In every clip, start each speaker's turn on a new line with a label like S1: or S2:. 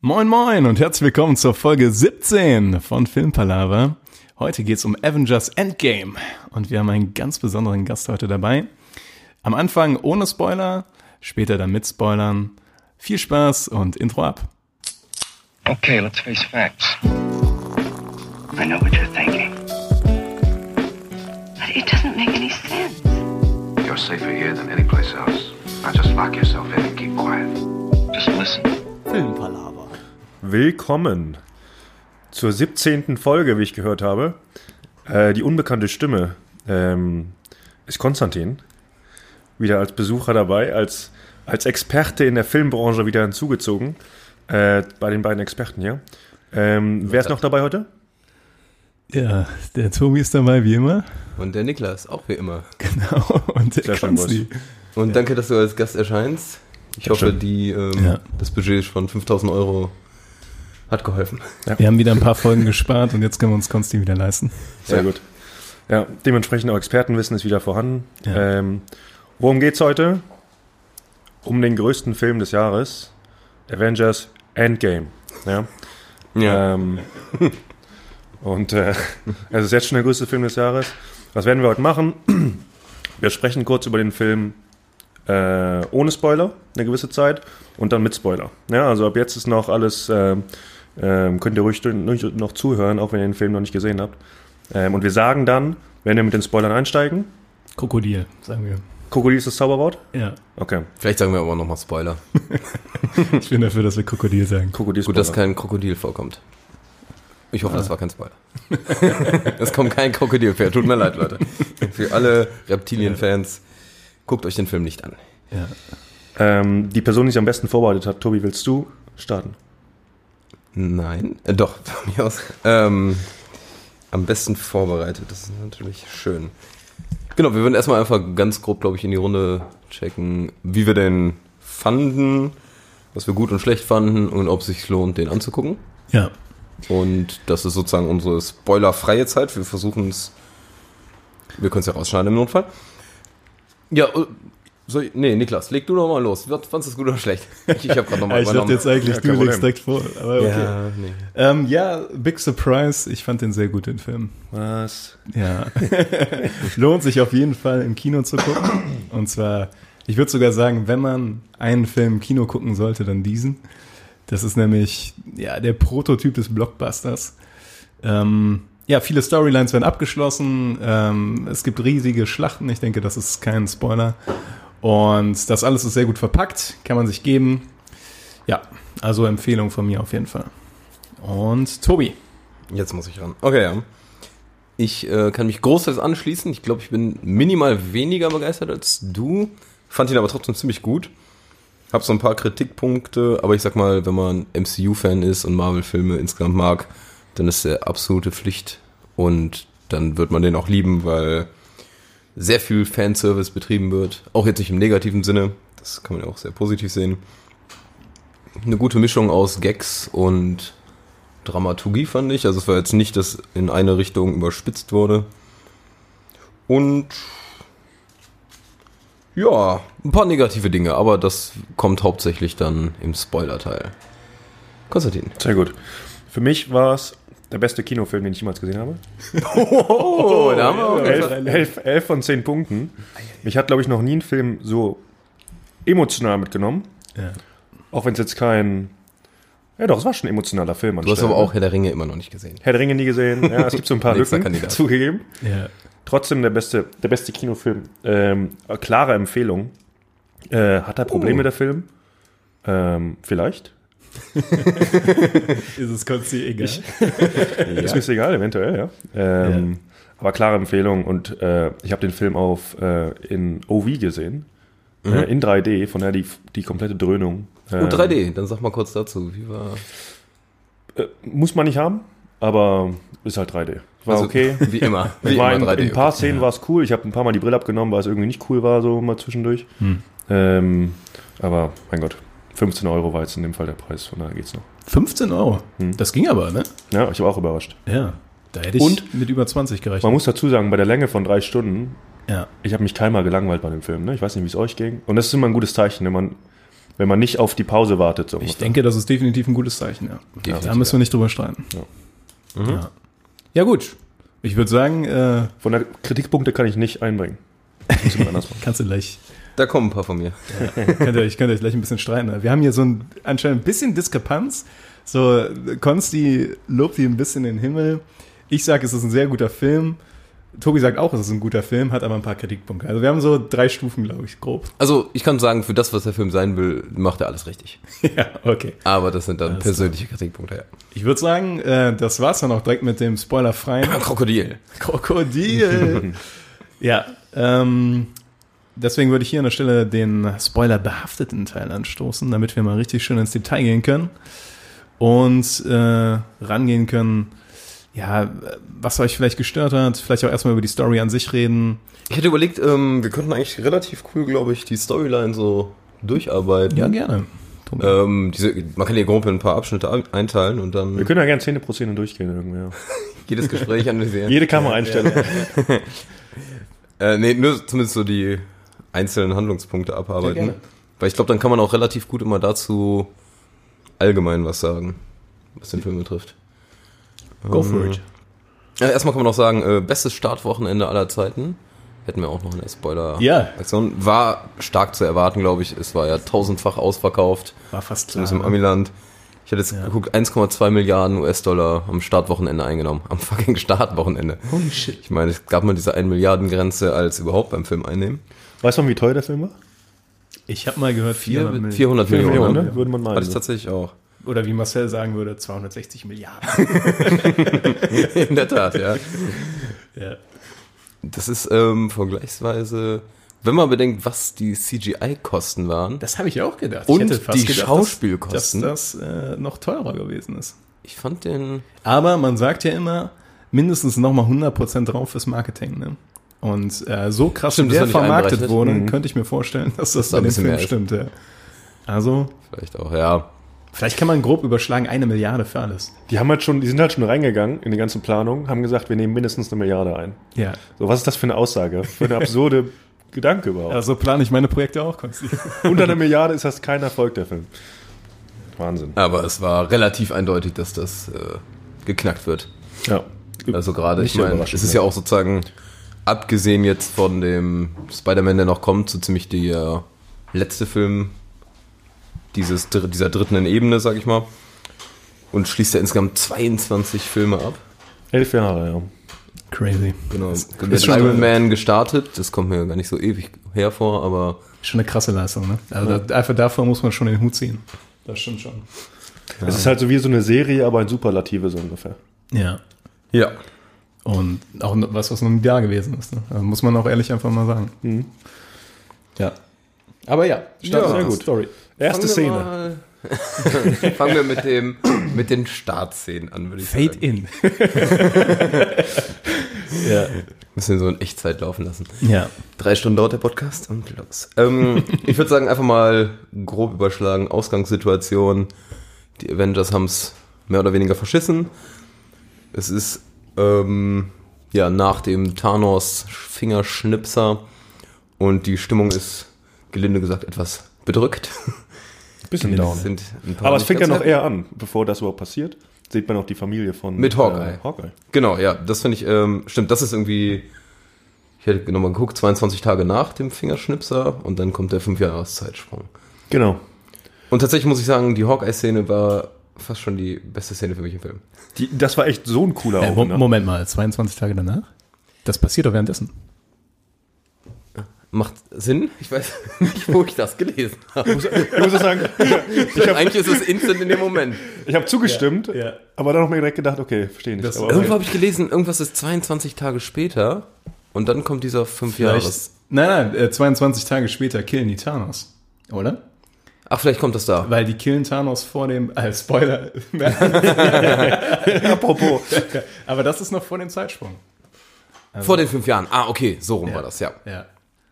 S1: Moin moin und herzlich willkommen zur Folge 17 von Filmpalava. Heute geht's um Avengers Endgame und wir haben einen ganz besonderen Gast heute dabei. Am Anfang ohne Spoiler, später dann mit Spoilern. Viel Spaß und Intro ab.
S2: Okay, let's face facts. I know what you're thinking.
S3: But it doesn't make any sense.
S4: You're safer here than anyplace else. Now just lock yourself in and keep quiet.
S2: Just listen.
S5: Filmpalaver.
S6: Willkommen zur 17. Folge, wie ich gehört habe. Äh, die unbekannte Stimme ähm, ist Konstantin. Wieder als Besucher dabei, als, als Experte in der Filmbranche wieder hinzugezogen. Äh, bei den beiden Experten hier. Ähm, wer ist noch dabei heute?
S1: Ja, der Tobi ist dabei wie immer.
S5: Und der Niklas, auch wie immer.
S1: Genau. Und der
S6: Sehr schön,
S1: Konsti.
S5: Und danke, dass du als Gast erscheinst. Ich hoffe,
S6: Dankeschön.
S5: die, ähm,
S1: Ja.
S5: das Budget von 5000 Euro hat geholfen.
S1: Wir haben wieder ein paar Folgen gespart und jetzt können wir uns Konsti wieder leisten.
S6: Sehr
S5: Ja.
S6: gut. Ja, dementsprechend auch Expertenwissen ist wieder vorhanden.
S1: Ja.
S6: Ähm, worum geht's heute? Um den größten Film des Jahres: Avengers Endgame. Ja. Ähm, und äh, es ist jetzt schon der größte Film des Jahres. Was werden wir heute machen? Wir sprechen kurz über den Film äh, ohne Spoiler eine gewisse Zeit und dann mit Spoiler. Ja, also ab jetzt ist noch alles, ähm, ähm, könnt ihr ruhig durch- noch zuhören, auch wenn ihr den Film noch nicht gesehen habt. Ähm, und wir sagen dann, wenn wir mit den Spoilern einsteigen,
S1: Krokodil, sagen wir.
S6: Krokodil ist das Zauberwort?
S1: Ja.
S6: Okay,
S5: Vielleicht sagen wir aber nochmal Spoiler.
S1: Ich bin dafür, dass wir Krokodil sagen.
S6: Krokodil ist
S5: Gut, dass
S6: Spoiler. Ah.
S5: kein Krokodil vorkommt. Ich hoffe, das war kein Spoiler. es kommt kein Krokodil vor. Tut mir leid, Leute. Für alle Reptilien-Fans, guckt euch den Film nicht an.
S1: Ja.
S6: ähm, die Person, die sich am besten vorbereitet hat, Tobi, willst du starten?
S5: Nein, äh, doch, von mir aus. Ähm, am besten vorbereitet, das ist natürlich schön. Genau, wir würden erstmal einfach ganz grob, glaube ich, in die Runde checken, wie wir den fanden, was wir gut und schlecht fanden und ob es sich lohnt, den anzugucken.
S1: Ja.
S5: Und das ist sozusagen unsere spoilerfreie Zeit. Wir versuchen es. Wir können es ja rausschneiden im Notfall. Ja, äh, soll ich, nee, Niklas, leg du doch mal los. Was fandest du es gut oder schlecht? Ich, ich habe gerade nochmal
S1: Ich dachte jetzt eigentlich,
S6: Ja,
S1: du
S6: kein
S1: legst
S6: Problem.
S1: direkt vor. Aber okay.
S5: Ja, nee.
S1: Ähm, ja, Big Surprise. Ich fand den sehr gut, den Film.
S6: Was?
S1: Ja. Lohnt sich auf jeden Fall im Kino zu gucken. Und zwar, ich würde sogar sagen, wenn man einen Film im Kino gucken sollte, dann diesen. Das ist nämlich ja der Prototyp des Blockbusters. Ähm, ja, viele Storylines werden abgeschlossen. Ähm, es gibt riesige Schlachten. Ich denke, das ist kein Spoiler. Und das alles ist sehr gut verpackt, kann man sich geben. Ja, also Empfehlung von mir auf jeden Fall. Und Tobi.
S5: Jetzt muss ich ran. Okay, ja. Ich äh, kann mich großteils anschließen. Ich glaube, ich bin minimal weniger begeistert als du. Fand ihn aber trotzdem ziemlich gut. Hab so ein paar Kritikpunkte, aber ich sag mal, wenn man MCU-Fan ist und Marvel-Filme insgesamt mag, dann ist der absolute Pflicht. Und dann wird man den auch lieben, weil sehr viel Fanservice betrieben wird. Auch jetzt nicht im negativen Sinne. Das kann man ja auch sehr positiv sehen. Eine gute Mischung aus Gags und Dramaturgie fand ich. Also es war jetzt nicht, dass in eine Richtung überspitzt wurde. Und ja, ein paar negative Dinge, aber das kommt hauptsächlich dann im Spoiler-Teil. Konstantin.
S6: Sehr gut. Für mich war es der beste Kinofilm, den ich jemals gesehen habe.
S5: Oh, da haben wir
S6: elf, elf, elf von zehn Punkten. Mich hat, glaube ich, noch nie ein Film so emotional mitgenommen.
S1: Ja.
S6: Auch wenn es jetzt kein. Ja, doch, es war schon ein emotionaler Film. an
S5: Du hast
S6: Stellen,
S5: aber
S6: ne?
S5: auch Herr der Ringe immer noch nicht gesehen.
S6: Herr der Ringe nie gesehen. Ja, es gibt so ein paar
S5: Nächster
S6: Lücken
S5: Kandidat.
S6: zugegeben.
S1: Ja.
S6: Trotzdem der beste, der beste Kinofilm. Ähm, äh, klare Empfehlung. Äh, hat er
S5: Uh.
S6: Probleme, der Film? Ähm, vielleicht.
S1: Ist es Konsti egal?
S6: Ist mir egal, eventuell, ja. Ähm, Aber klare Empfehlung und äh, ich habe den Film auf äh, in OV gesehen. Äh, in 3D, von daher die, die komplette Dröhnung.
S5: Mhm.
S6: ähm,
S5: Oh, 3D, dann sag mal kurz dazu. Wie war.
S6: Muss man nicht haben, aber ist halt 3D. War
S5: Also,
S6: okay.
S5: Wie immer. Wie
S6: war in,
S5: immer 3D.
S6: in ein paar Szenen war es cool. Ich habe ein paar Mal die Brille abgenommen, weil es irgendwie nicht cool war, so mal zwischendurch.
S5: Hm.
S6: Ähm, aber mein Gott, 15 Euro war jetzt in dem Fall der Preis, von daher geht's noch.
S1: 15 Euro. Das ging aber, ne?
S6: Ja, ich war auch überrascht.
S1: Ja. Da hätte ich
S6: Und?
S1: mit über 20
S6: Man
S1: gerechnet.
S6: muss dazu sagen, bei der Länge von drei Stunden
S1: Ja.
S6: ich habe mich keinmal gelangweilt bei dem Film. Ne? Ich weiß nicht, wie es euch ging. Und das ist immer ein gutes Zeichen, wenn man wenn man nicht auf die Pause wartet. So
S1: Ich denke, das ist definitiv ein gutes Zeichen, ja. da müssen wir nicht drüber streiten. Ja, ja. ja gut. Ich würde sagen, äh,
S6: Von der Kritikpunkte kann ich nicht einbringen. Das muss jemand anders machen.
S1: kannst du gleich,
S5: Da kommen ein paar von mir.
S1: könnt ihr, euch- könnt ihr euch gleich ein bisschen streiten. ne? Wir haben hier so ein, anscheinend ein bisschen Diskrepanz. So, äh, Konsti lobt ihn ein bisschen in den Himmel. Ich sage, es ist ein sehr guter Film. Tobi sagt auch, es ist ein guter Film, hat aber ein paar Kritikpunkte. Also wir haben so drei Stufen, glaube ich, grob.
S5: Also ich kann sagen, für das, was der Film sein will, macht er alles richtig.
S1: ja, okay.
S5: Aber das sind dann persönliche Kritikpunkte.
S1: Ich würde sagen, äh, das war's dann auch direkt mit dem spoilerfreien
S5: Ja. Krokodil.
S1: Krokodil. ja, ähm, deswegen würde ich hier an der Stelle den spoilerbehafteten Teil anstoßen, damit wir mal richtig schön ins Detail gehen können und äh, rangehen können. Ja, was euch vielleicht gestört hat, vielleicht auch erstmal über die Story an sich reden.
S5: Ich hätte überlegt, ähm, wir könnten eigentlich relativ cool, glaube ich, die Storyline so durcharbeiten.
S1: Ja, gerne.
S5: Ähm, diese, man kann die Gruppe in ein paar Abschnitte ein- einteilen und dann
S6: Wir können ja gerne Szene pro Szene durchgehen irgendwie. Ja.
S5: jedes Gespräch analysieren.
S6: Jede Kameraeinstellung.
S5: Äh, nee, nur zumindest so die einzelnen Handlungspunkte abarbeiten.
S1: Ja, gerne.
S5: Weil ich glaube, dann kann man auch relativ gut immer dazu allgemein was sagen, was den Film betrifft.
S1: Go for it.
S5: Ja, erstmal kann man auch sagen, äh, bestes Startwochenende aller Zeiten. Hätten wir auch noch eine
S1: Ja.
S5: Spoiler-Aktion. War stark zu erwarten, glaube ich. Es war ja tausendfach ausverkauft,
S1: War fast klar.
S5: zumindest im
S1: ne?
S5: Amiland. Ich hatte jetzt geguckt, 1,2 Milliarden US-Dollar am Startwochenende eingenommen. Am fucking Startwochenende. Holy shit. Ich meine, es gab mal diese 1 Milliarden-Grenze als überhaupt beim Film einnehmen.
S6: Weißt du, wie teuer der Film war?
S1: Ich habe mal gehört,
S5: 400,
S1: 400
S5: Millionen.
S6: Millionen,
S5: ne?
S6: ne? Würde man meinen.
S5: Hatte ich tatsächlich auch.
S1: oder wie Marcel sagen würde, 260 Milliarden.
S5: In der Tat, ja.
S1: ja.
S5: Das ist ähm, vergleichsweise, wenn man bedenkt, was die CGI-Kosten waren.
S1: Das habe ich auch gedacht.
S5: Und
S1: ich hätte fast
S5: die
S1: gedacht,
S5: Schauspielkosten.
S1: Dass, dass das äh, noch teurer gewesen ist.
S5: Ich fand den.
S1: Aber man sagt ja immer, mindestens nochmal 100% drauf fürs Marketing. Ne? Und äh, so krass,
S5: Stimmt,
S1: wie
S5: das
S1: der
S5: hab ich
S1: vermarktet
S5: einberechnet.
S1: wurde, könnte ich mir vorstellen, dass das
S5: Da
S1: bei
S5: ein
S1: dem
S5: bisschen
S1: Film
S5: mehr Mhm.
S1: stimmt.
S5: ist.
S1: Ja. Also,
S5: Vielleicht auch, ja.
S1: vielleicht kann man grob überschlagen, eine Milliarde für alles.
S6: Die haben halt schon, die sind halt schon reingegangen in die ganze Planung, haben gesagt, wir nehmen mindestens eine Milliarde ein.
S1: Ja.
S6: So, was ist das für eine Aussage? Für eine absurde Gedanke überhaupt.
S1: Also plane ich meine Projekte auch, Konsti.
S6: Unter einer Milliarde ist das kein Erfolg, der Film. Wahnsinn.
S5: Aber es war relativ eindeutig, dass das äh, geknackt wird.
S6: Ja.
S5: Also gerade,
S6: Nicht
S5: ich
S6: so
S5: meine, es
S6: überraschend,
S5: ist ja auch sozusagen, abgesehen jetzt von dem Spider-Man, der noch kommt, so ziemlich der letzte Film dieses, dr- dieser dritten Ebene, sag ich mal. Und schließt ja insgesamt 22 Filme ab.
S6: Elf Jahre, ja.
S1: Crazy.
S5: Genau. Mit
S1: ist schon-
S5: Iron Man gestartet, das kommt mir gar nicht so ewig hervor, aber
S1: Schon eine krasse Leistung, ne? Also da, einfach davor muss man schon den Hut ziehen. Das stimmt schon.
S6: Es ist halt so wie so eine Serie, aber ein Superlative so ungefähr.
S1: Ja.
S5: ja.
S1: Und auch noch was, was noch ein Jahr gewesen ist. Ne? Also muss man auch ehrlich einfach mal sagen. Ja. Aber ja,
S5: Ja, sehr gut.
S1: Story.
S6: Erste Szene.
S5: Fangen wir mit dem mit den Startszenen an, würde ich
S1: Fade
S5: sagen.
S1: in. ja.
S5: Müssen wir so in Echtzeit laufen lassen.
S1: ja.
S5: Drei Stunden dauert der Podcast und los. Ähm, ich würde sagen, einfach mal grob überschlagen, Ausgangssituation. Die Avengers haben es mehr oder weniger verschissen. Es ist ähm, ja nach dem Thanos-Fingerschnipser und die Stimmung ist, gelinde gesagt, etwas bedrückt.
S6: Bisschen
S1: Genau.
S5: Es
S6: down.
S5: sind ein paar
S6: Aber es
S5: nicht
S6: fängt ja
S5: ganz
S6: noch
S5: happy.
S6: eher an, bevor das überhaupt passiert. Sieht man auch die Familie von
S5: Mit Hawkeye.
S6: Äh, Hawkeye.
S5: Genau, ja, das finde ich, ähm, stimmt, das ist irgendwie, ich hätte nochmal geguckt, 22 Tage nach dem Fingerschnipser und dann kommt der 5-Jahres-Zeitsprung.
S6: Genau.
S5: Und tatsächlich muss ich sagen, die Hawkeye-Szene war fast schon die beste Szene für mich im Film.
S6: Die, das war echt so ein cooler
S1: Äh, Mo-
S6: Augenblick.
S1: Moment mal, 22 Tage danach? Das passiert doch währenddessen.
S5: Macht Sinn? Ich weiß nicht, wo ich das gelesen habe.
S6: Ich muss auch sagen,
S5: Eigentlich ist es instant in dem Moment.
S6: ich habe zugestimmt,
S1: Ja, ja.
S6: aber dann noch mir direkt gedacht, okay, verstehe nicht.
S1: Das-
S6: aber
S5: Irgendwo habe ich gelesen, irgendwas ist 22 Tage später und dann kommt dieser 5 Jahres.
S1: Nein, nein, äh, 22 Tage später killen die Thanos. Oder?
S5: Ach, vielleicht kommt das da.
S1: Weil die killen Thanos vor dem. Äh, Spoiler.
S6: apropos,
S1: Aber das ist noch vor dem Zeitsprung.
S5: Vor den 5 Jahren. Ah, okay, so rum war das, ja.
S1: Ja.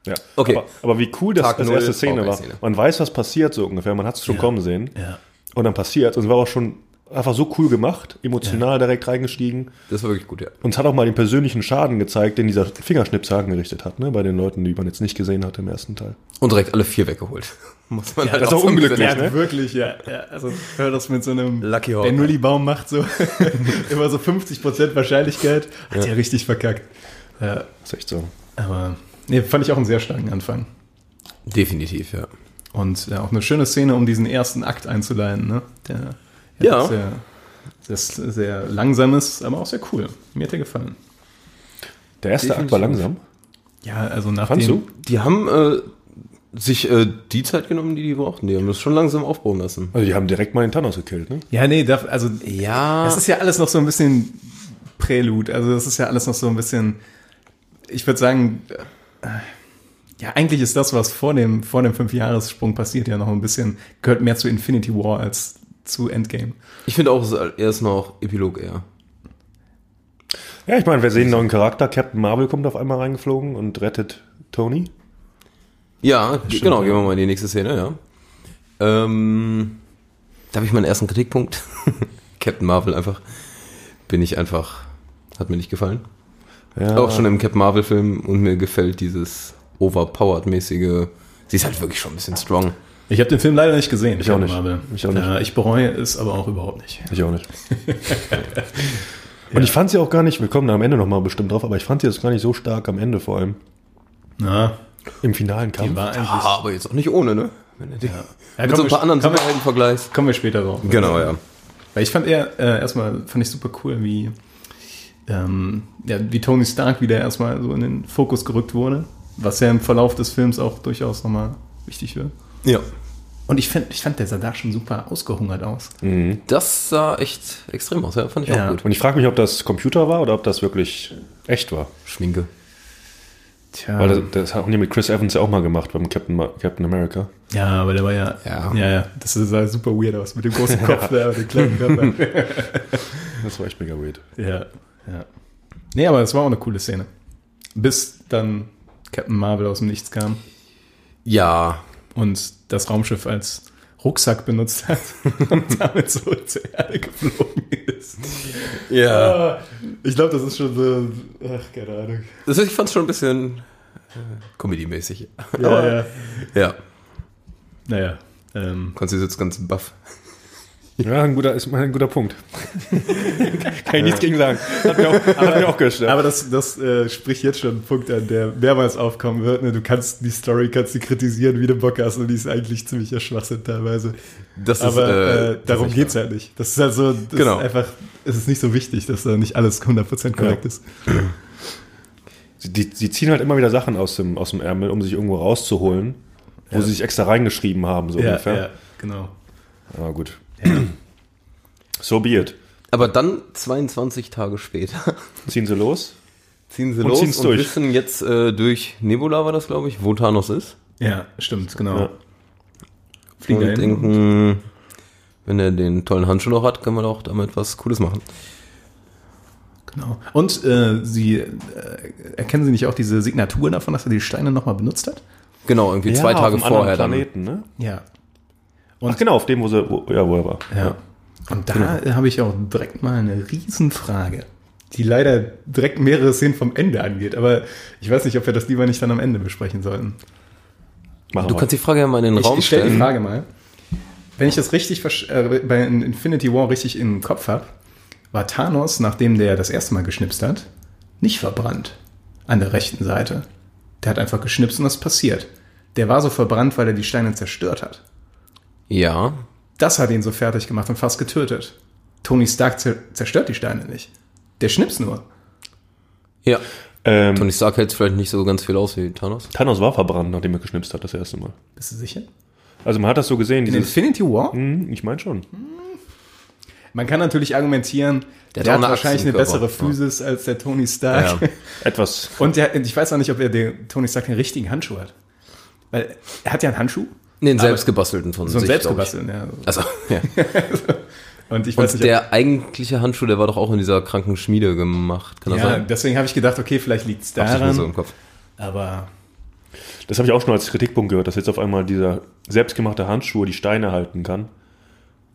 S6: Ja.
S5: Okay.
S6: Aber, aber wie cool das
S5: Tag
S6: als
S5: null
S6: erste Szene war.
S5: Hawkeye-Szene.
S6: Man weiß, was passiert so ungefähr. Man hat es schon kommen sehen.
S1: Ja.
S6: Und dann passiert Und es war auch schon einfach so cool gemacht, emotional direkt reingestiegen.
S5: Das war wirklich gut, ja.
S6: Und es hat auch mal den persönlichen Schaden gezeigt, den dieser Fingerschnips angerichtet hat, ne? bei den Leuten, die man jetzt nicht gesehen hat im ersten Teil.
S5: Und direkt alle vier weggeholt. Muss man halt
S6: das ist auch
S5: so ein bisschen-
S6: unglücklich. ne?
S1: wirklich, ja. ja. Also hör das mit so einem
S5: Lucky Hawk.
S1: Der Nullibaum macht so immer so 50% Wahrscheinlichkeit. Hat ja. richtig verkackt. Ja,
S6: ist echt so.
S1: aber nee, fand ich auch einen sehr starken Anfang.
S5: Definitiv, ja.
S1: Und ja, auch eine schöne Szene, um diesen ersten Akt einzuleiten, ne? Der, der
S5: Ja.
S1: ist Sehr, das ist sehr langsam ist, aber auch sehr cool. Mir hat der gefallen.
S6: Der erste Akt war langsam.
S1: Ja, also nach
S6: Fandst
S1: dem,
S6: du?
S5: Die haben äh, sich äh, die Zeit genommen, die die brauchten. Die haben das schon langsam aufbauen lassen.
S6: Also die haben direkt mal den Thanos gekillt, ne?
S1: Ja, nee, da, also
S5: Ja.
S1: das ist ja alles noch so ein bisschen Prälude. Also das ist ja alles noch so ein bisschen, ich würde sagen, äh, ja, eigentlich ist das, was vor dem, vor dem Fünfjahressprung passiert, ja noch ein bisschen, gehört mehr zu Infinity War als zu Endgame.
S5: ich finde auch, es ist erst noch Epilog eher.
S6: Ja, ich meine, wir sehen neuen Charakter. Captain Marvel kommt auf einmal reingeflogen und rettet Tony.
S5: Ja, genau, gehen wir mal in die nächste Szene, ja. Ähm, da habe ich meinen ersten Kritikpunkt. Captain Marvel einfach. Bin ich einfach. Hat mir nicht gefallen.
S6: Ja,
S5: Auch schon im Captain Marvel-Film und mir gefällt dieses overpowered-mäßige. Sie ist halt wirklich schon ein bisschen strong.
S1: Ich habe den Film leider nicht gesehen.
S6: Ich auch nicht.
S1: Marvel.
S6: Ich auch nicht.
S1: Äh, ich bereue es aber auch überhaupt nicht.
S6: Ich auch nicht. Und ich fand sie auch gar nicht, wir kommen da am Ende nochmal bestimmt drauf, aber ich fand sie jetzt gar nicht so stark am Ende vor allem.
S1: Na,
S6: Im finalen Kampf.
S1: war eigentlich.
S5: Ah, aber jetzt auch nicht ohne, ne? Wenn du die-
S1: Ja,
S5: Mit so ein paar anderen
S1: kommen,
S5: Superhelden vergleichst.
S1: kommen wir später drauf.
S5: Genau, ja.
S1: Weil ich fand eher, äh, erstmal fand ich super cool, wie, ähm, ja, wie Tony Stark wieder erstmal so in den Fokus gerückt wurde, was ja im Verlauf des Films auch durchaus nochmal wichtig wird.
S5: Ja.
S1: Und ich fand, ich fand, der sah da schon super ausgehungert aus.
S5: Das sah echt extrem aus, ja. Fand ich
S1: Ja.
S5: auch gut.
S6: Und ich frage mich, ob das Computer war oder ob das wirklich echt war.
S5: Schminke.
S1: Tja.
S6: Weil das, das haben die mit Chris Evans ja auch mal gemacht beim Captain, Ma- Captain America.
S1: ja, aber der war ja,
S5: Ja.
S1: ja, ja, das sah super weird aus mit dem großen Kopf da und dem kleinen Körper.
S6: Das war echt mega weird.
S1: ja, ja. Nee, aber das war auch eine coole Szene. Bis dann Captain Marvel aus dem Nichts kam
S5: Ja.
S1: und das Raumschiff als Rucksack benutzt hat und damit zurück zur Erde geflogen ist.
S5: Ja.
S1: Ah, Ich glaube, das ist schon so. Ach, keine Ahnung.
S5: Das heißt, ich fand es schon ein bisschen äh, comedy-mäßig.
S1: Ja,
S5: Aber-
S1: ja.
S5: Ja.
S1: Naja. Ähm,
S5: Konntest du jetzt ganz baff.
S6: Ja, ein guter, ist mal ein guter Punkt. Kann ich nichts gegen sagen. Hat mir auch, hat mir auch gestört.
S1: aber das, das äh, spricht jetzt schon einen Punkt an, der mehrmals aufkommen wird. Ne? Du kannst die Story kannst du kritisieren, wie du Bock hast, und die ist eigentlich ziemlicher Schwachsinn teilweise.
S5: Das
S1: aber
S5: äh,
S1: äh,
S5: das
S1: darum
S5: ist
S1: geht es halt nicht. Das ist halt so, das
S5: Genau.
S1: ist einfach, es ist nicht so wichtig, dass da nicht alles 100% korrekt
S6: Ja.
S5: Genau.
S1: ist.
S6: Sie- Die, sie ziehen halt immer wieder Sachen aus dem, aus dem Ärmel, um sich irgendwo rauszuholen, wo sie sich extra reingeschrieben haben, so ungefähr.
S1: genau.
S6: Aber gut. So be it.
S5: Aber dann 22 Tage später
S6: Ziehen sie los.
S5: ziehen sie
S6: Und
S5: los
S6: ziehen's
S5: und
S6: durch.
S5: wissen jetzt äh, durch Nebula war das, glaube ich, wo Thanos ist.
S1: Ja, stimmt, genau.
S6: Ja.
S1: Fliegen
S5: und
S1: dahin.
S5: denken, wenn er den tollen Handschuh noch hat, können wir doch damit was Cooles machen.
S1: Genau. Und äh, sie äh, erkennen Sie nicht auch diese Signatur davon, dass er die Steine nochmal benutzt hat?
S5: Genau, irgendwie zwei
S6: Ja,
S5: Tage
S6: auf einem anderen
S5: vorher dann.
S6: Planeten, ne?
S1: Ja.
S6: Ach genau, auf dem, wo sie, wo, ja, wo er war.
S1: ja. Genau. Und da habe ich auch direkt mal eine Riesenfrage, die leider direkt mehrere Szenen vom Ende angeht. Aber ich weiß nicht, ob wir das lieber nicht dann am Ende besprechen sollten.
S6: Machen
S5: Du
S6: wir.
S5: kannst die Frage ja mal in den
S1: Ich,
S5: Raum
S1: ich stelle die
S5: stellen.
S1: Frage mal. Wenn ich das richtig versch- äh, bei Infinity War richtig im Kopf habe, war Thanos, nachdem der das erste Mal geschnipst hat, nicht verbrannt an der rechten Seite. Der hat einfach geschnipst und das ist passiert. Der war so verbrannt, weil er die Steine zerstört hat.
S5: Ja,
S1: Das hat ihn so fertig gemacht und fast getötet. Tony Stark zer zerstört die Steine nicht. Der schnips nur.
S5: ja.
S6: ähm,
S5: Tony Stark hält vielleicht nicht so ganz viel aus wie Thanos.
S6: Thanos war verbrannt, nachdem er geschnipst hat, das erste Mal.
S1: Bist du sicher?
S6: Also man hat das so gesehen,
S1: In
S6: dieses,
S1: Infinity War?
S6: Hm, ich meine schon.
S1: Man kann natürlich argumentieren, der,
S5: Der hat auch
S1: hat
S5: eine
S1: wahrscheinlich eine
S5: Axt im
S1: bessere
S5: Körper.
S1: Physis als der Tony Stark.
S5: Ja.
S6: Etwas.
S1: Und der, ich weiß auch nicht, ob er den Tony Stark den richtigen Handschuh hat. Weil er hat ja einen Handschuh,
S5: Den selbstgebastelten von
S1: so einen
S5: sich, glaub Also ich.
S1: selbstgebastelten. Ja.
S5: Also, ja.
S1: Und ich weiß nicht,
S5: Und
S1: ob,
S5: der eigentliche Handschuh, der war doch auch in dieser kranken Schmiede gemacht. Kann das
S1: ja,
S5: sein?
S1: deswegen habe ich gedacht, okay, vielleicht liegt es
S5: Hab's nicht
S1: daran.
S5: mehr so im Kopf.
S1: Aber
S6: Das habe ich auch schon als Kritikpunkt gehört, dass jetzt auf einmal dieser selbstgemachte Handschuh die Steine halten kann.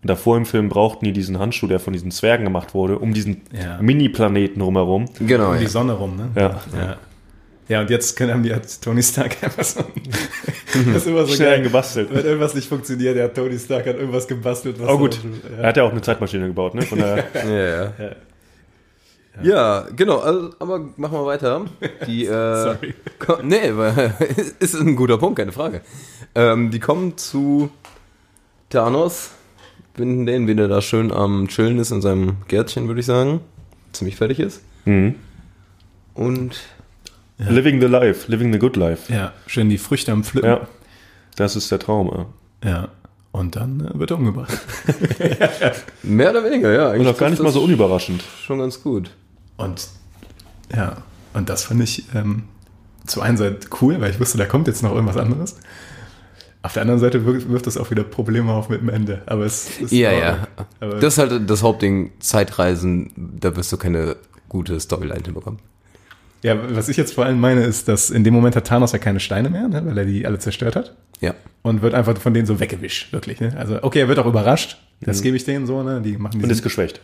S6: Und davor im Film brauchten die diesen Handschuh, der von diesen Zwergen gemacht wurde, um diesen
S1: Ja.
S6: Mini-Planeten rumherum.
S5: Genau,
S1: um die
S5: ja.
S1: Sonne rum, ne?
S6: Ja.
S1: Ja. Ja, und jetzt können haben die hat Tony Stark einfach so. das ist immer so
S6: Schnell einen
S1: Also geil.
S6: gebastelt.
S1: Wenn irgendwas nicht funktioniert, der hat Tony Stark hat irgendwas gebastelt. Was
S6: Oh gut,
S1: so-
S6: er hat ja auch eine Zeitmaschine gebaut, ne? Von der,
S5: Ja, ja. ja genau, also, aber machen wir weiter. Die, äh,
S1: Sorry.
S5: ko- Nee, weil- ist ein guter Punkt, keine Frage. Ähm, die kommen zu Thanos, binden den, wie der da schön am Chillen ist in seinem Gärtchen, würde ich sagen. Ziemlich fertig ist. Und
S6: Living the life, living the good life.
S1: Ja, schön die Früchte am Pflücken.
S6: Ja, das ist der Traum. Ja.
S1: Ja. Und dann äh, wird er umgebracht.
S5: mehr oder weniger, ja.
S6: Und
S5: eigentlich
S6: auch gar nicht
S5: trifft
S6: mal so
S5: das
S6: unüberraschend.
S5: Schon ganz gut.
S1: Und ja, und das fand ich ähm, zur einen Seite cool, weil ich wusste, da kommt jetzt noch irgendwas anderes. Auf der anderen Seite wirkt- wirft das auch wieder Probleme auf mit dem Ende. Aber es ist
S5: Ja,
S1: in
S5: ja.
S1: Ordnung. Aber
S5: Das ist halt das Hauptding, Zeitreisen, da wirst du keine gute Storyline hinbekommen.
S1: Ja, was ich jetzt vor allem meine, ist, dass in dem Moment hat Thanos ja keine Steine mehr, ne, weil er die alle zerstört hat.
S5: Ja.
S1: Und wird einfach von denen so weggewischt, wirklich. Ne? Also, okay, er wird auch überrascht.
S5: Mhm.
S1: Das gebe ich denen so, ne? Die machen
S6: Und
S1: diesen,
S6: ist geschwächt.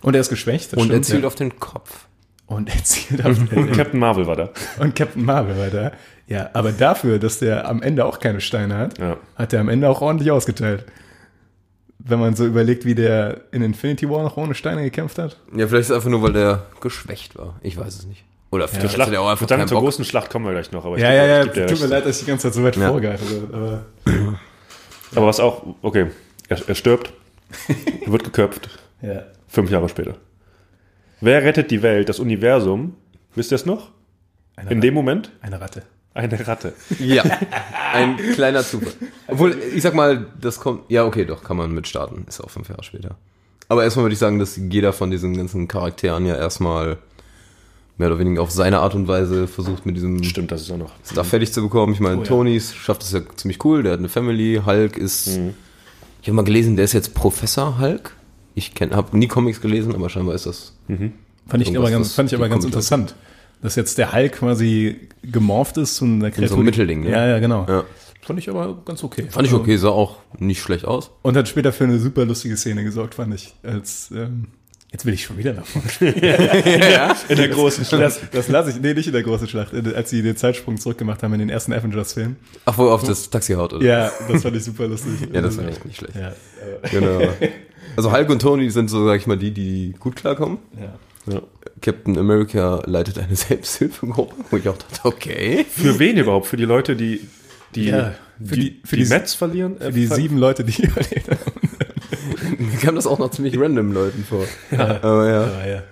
S1: und er ist geschwächt. das
S5: Und
S1: stimmt,
S5: er zielt
S1: ja.
S5: auf den Kopf.
S1: Und er zielt auf.
S6: Captain Marvel war da.
S1: und Captain Marvel war da. Ja, aber dafür, dass der am Ende auch keine Steine hat,
S6: Ja.
S1: hat er am Ende auch ordentlich ausgeteilt. Wenn man so überlegt, wie der in Infinity War noch ohne Steine gekämpft hat.
S5: Ja, vielleicht ist es einfach nur, weil der geschwächt war. Ich weiß es nicht. Oder vielleicht
S6: Schlacht,
S5: hatte der auch einfach
S6: dann
S5: keinen
S6: zur
S5: Bock.
S6: großen Schlacht kommen wir gleich noch. Aber ich
S1: Ja,
S6: geb
S1: ja,
S6: dir-
S1: ja.
S6: ich geb dir
S1: Tut mir
S6: recht.
S1: leid, dass ich die ganze Zeit so weit
S5: Ja.
S1: vorgehalten habe. Aber
S6: Aber was auch, okay, er, er stirbt, wird geköpft,
S1: ja.
S6: fünf Jahre später. Wer rettet die Welt, das Universum? Wisst ihr es noch?
S1: Eine,
S6: In dem Moment?
S1: eine Ratte.
S6: Eine Ratte.
S5: Ja, ein kleiner Zufall. Obwohl, ich sag mal, das kommt. Ja, okay, doch, kann man mit starten. Ist auch fünf Jahre später. Aber erstmal würde ich sagen, dass jeder von diesen ganzen Charakteren ja erstmal mehr oder weniger auf seine Art und Weise versucht, mit diesem
S6: Stimmt, das ist auch noch.
S5: da fertig zu bekommen. Ich meine,
S1: ja.
S5: Tonys schafft es ja ziemlich cool. Der hat eine Family. Hulk ist. Ich habe mal gelesen, der ist jetzt Professor Hulk. Ich habe nie Comics gelesen, aber scheinbar ist das.
S1: Fand ich
S5: Irgendwas,
S1: aber ganz,
S5: das
S1: fand ich aber
S5: die
S1: ganz
S5: Computer-
S1: interessant, dass jetzt der Hulk quasi gemorpht ist zu einer Kreatur.
S5: einem Mittelding, ne?
S1: Ja, ja, genau.
S5: Ja.
S1: Fand ich aber ganz okay. Also
S5: Fand ich okay, sah auch nicht schlecht aus.
S1: Und hat später für eine super lustige Szene gesorgt, fand ich. Als, ähm, jetzt will ich schon wieder davon.
S6: In der großen
S1: Das, das lasse ich, nee, nicht in der großen Schlacht, in- als sie den Zeitsprung zurückgemacht haben in den ersten Avengers-Film.
S5: Ach, wo er auf das Taxi haut, oder?
S1: Ja, das fand ich super lustig.
S5: Ja, das war echt nicht schlecht.
S1: Ja,
S5: Genau. Also Hulk und Tony sind so, sag ich mal, die, die gut klarkommen.
S1: ja.
S5: Captain America leitet eine Selbsthilfegruppe, wo ich auch dachte, okay.
S6: Für wen überhaupt? Für die Leute, die die,
S1: Ja,
S6: für
S1: für
S6: die,
S1: die- für
S6: die,
S1: die-
S6: Mets verlieren? Äh,
S1: Für die sieben Leute, die überlebt haben.
S5: Mir kam das auch noch ziemlich random Leuten vor. Aber ja.
S1: Aber ja,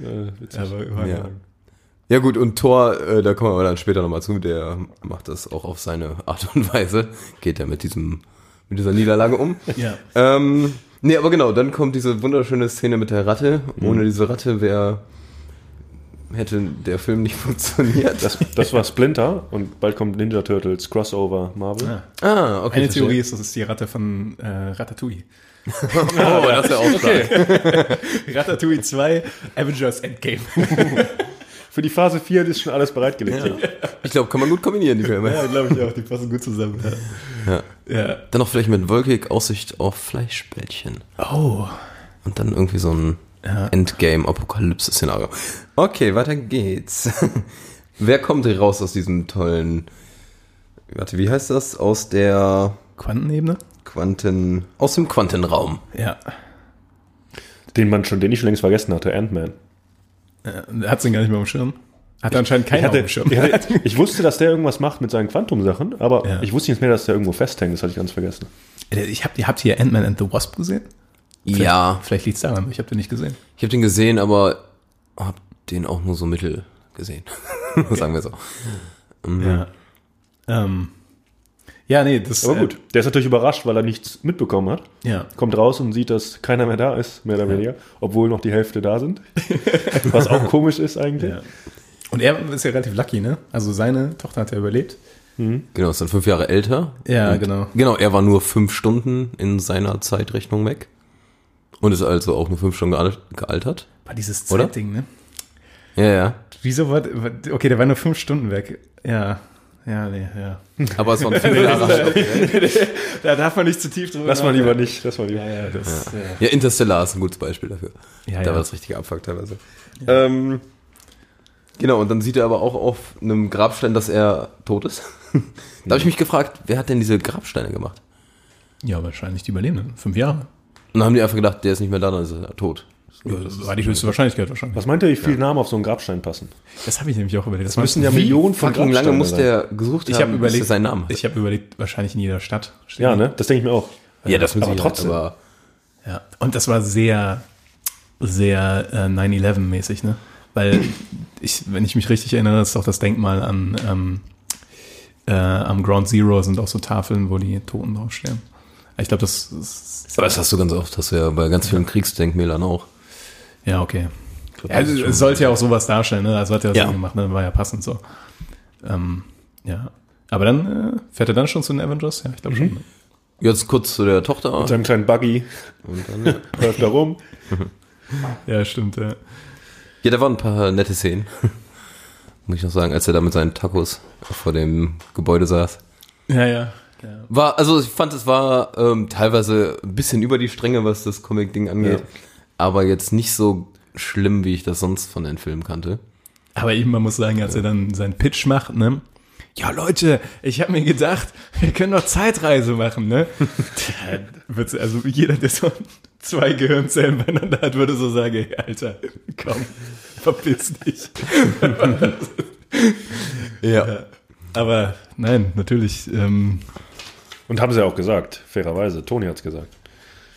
S6: äh,
S1: aber war
S5: ja. Ja gut, und Thor, äh, da kommen wir aber dann später nochmal zu, der macht das auch auf seine Art und Weise. Geht er mit diesem, mit dieser Niederlage um.
S1: ja.
S5: Ähm, nee, aber genau, dann kommt diese wunderschöne Szene mit der Ratte.
S1: Mhm.
S5: Ohne diese Ratte wäre, hätte der Film nicht funktioniert.
S6: Das, das war Splinter und bald kommt Ninja Turtles, Crossover, Marvel.
S1: Ah.
S5: ah, okay.
S1: Eine
S5: verstehe.
S1: Theorie ist, das ist die Ratte von äh, Ratatouille.
S5: Oh, das ist ja auch stark.
S1: Ratatouille 2, Avengers Endgame.
S6: Für die Phase 4 ist schon alles bereitgelegt. Ja.
S5: Ich glaube, kann man gut kombinieren, die Filme.
S1: Ja, glaube ich auch. Die passen gut zusammen. Ja. ja.
S5: Dann noch vielleicht mit Wolkig Aussicht auf Fleischbällchen.
S1: Oh.
S5: Und dann irgendwie so ein Endgame-Apokalypse-Szenario. Okay, weiter geht's. Wer kommt hier raus aus diesem tollen. Warte, wie heißt das? Aus der
S1: Quantenebene?
S5: Quanten. Aus dem Quantenraum.
S1: Ja.
S6: Den man schon, den ich schon längst vergessen hatte, Ant-Man.
S1: Hat's den Äh, gar nicht mehr auf dem Schirm? Hat anscheinend
S6: Ich,
S1: keiner auf
S6: hatte,
S1: dem Schirm.
S6: ich, hatte, ich wusste, dass der irgendwas macht mit seinen Quantum-Sachen, aber
S1: Ja.
S6: ich wusste nicht mehr, dass der irgendwo festhängt. Das hatte ich ganz vergessen.
S1: Äh, Ich hab, ihr habt hier Ant-Man and the Wasp gesehen?
S5: Ja,
S1: Vielleicht liegt's daran, aber ich habe den nicht gesehen.
S5: ich habe den gesehen, aber habe den auch nur so mittel gesehen. Sagen wir so.
S1: Ja. Ähm, ja, nee, das
S6: Aber gut, der ist natürlich überrascht, weil er nichts mitbekommen hat.
S1: Äh, ja.
S6: Kommt raus und sieht, dass keiner mehr da ist, mehr oder weniger, obwohl noch die Hälfte da sind. Was auch komisch ist eigentlich.
S1: Ja. Und er ist ja relativ lucky, ne? Also seine Tochter hat ja überlebt.
S5: Genau, ist dann fünf Jahre älter.
S1: Ja,
S5: und,
S1: genau.
S5: Genau, er war nur fünf Stunden in seiner Zeitrechnung weg. Und ist also auch nur fünf Stunden geal- gealtert.
S1: War dieses
S5: Oder?
S1: Zeitding, ne?
S5: Ja, ja.
S1: Wieso war, war okay, der war nur fünf Stunden weg. Ja. Ja, nee, ja.
S5: Aber es war ein Filmjahre.
S1: Da darf man nicht zu tief drüber
S6: Lass mal
S1: nachdenken.
S6: lieber nicht. Lass mal lieber.
S1: Ja, ja, das, ja.
S5: ja, Interstellar ist ein gutes Beispiel dafür.
S1: Ja, ja.
S5: da war das richtige Abfuck teilweise. Ähm, genau, und dann sieht er aber auch auf einem Grabstein, dass er tot ist. da habe ich mich gefragt, wer hat denn diese Grabsteine gemacht?
S1: ja, wahrscheinlich die Überlebenden. Fünf Jahre.
S5: Und dann haben die einfach gedacht, der ist nicht mehr da, dann ist er tot.
S1: Ja, das war die höchste Wahrscheinlichkeit wahrscheinlich.
S6: Was meint ihr, wie viele Namen auf so einen Grabstein passen?
S1: Das habe ich nämlich auch überlegt. Das
S6: müssen
S1: war-
S6: ja
S1: wie-
S6: Millionen von
S5: Fucking lange
S6: Grabsteinen
S5: muss
S6: sein.
S5: der gesucht
S1: Ich
S5: haben,
S1: habe überlegt,
S5: bis er seinen Namen hat.
S1: ich habe überlegt, wahrscheinlich in jeder Stadt. steht-
S6: Ja, ne? Das denke ich mir auch.
S5: Ja, das halt, mit
S6: aber
S5: Sicherheit,
S6: trotzdem.
S5: Aber
S1: Ja. Und das war sehr, sehr äh, 9-11-mäßig, ne? Weil ich, wenn ich mich richtig erinnere, ist auch das Denkmal an ähm, äh, am Ground Zero sind auch so Tafeln, wo die Toten draufstehen. Ich glaube, das ist,
S5: Aber das hast du ganz oft, hast du ja bei ganz vielen Kriegsdenkmälern auch.
S1: ja okay. Ja, also, es sollte ja auch sowas darstellen, ne? Also hat er das
S5: Ja.
S1: Sinn gemacht, ne? War ja passend so. Ähm, ja. Aber dann äh, fährt er dann schon zu den Avengers? Ja, ich glaube schon.
S5: Jetzt kurz zu der Tochter.
S6: Mit seinem kleinen Buggy
S5: Und dann,
S6: läuft da rum.
S1: Ja, stimmt. Ja.
S5: ja, da waren ein paar nette Szenen. Muss ich noch sagen, als er da mit seinen Tacos vor dem Gebäude saß.
S1: Ja, ja.
S5: War, also ich fand, es war ähm, teilweise ein bisschen über die Stränge, was das Comic-Ding angeht.
S6: Ja.
S5: Aber jetzt nicht so schlimm, wie ich das sonst von den Filmen kannte.
S1: Aber eben, man muss sagen, als er dann seinen Pitch macht, ne? Ja, Leute, ich habe mir gedacht, wir können doch Zeitreise machen, ne? Da wird's- also jeder, der so zwei Gehirnzellen beieinander hat, würde so sagen, ey, Alter, komm, verpiss dich.
S5: Ja.
S1: Aber nein, natürlich, ähm,
S6: Und haben sie ja auch gesagt, fairerweise. Toni hat's gesagt.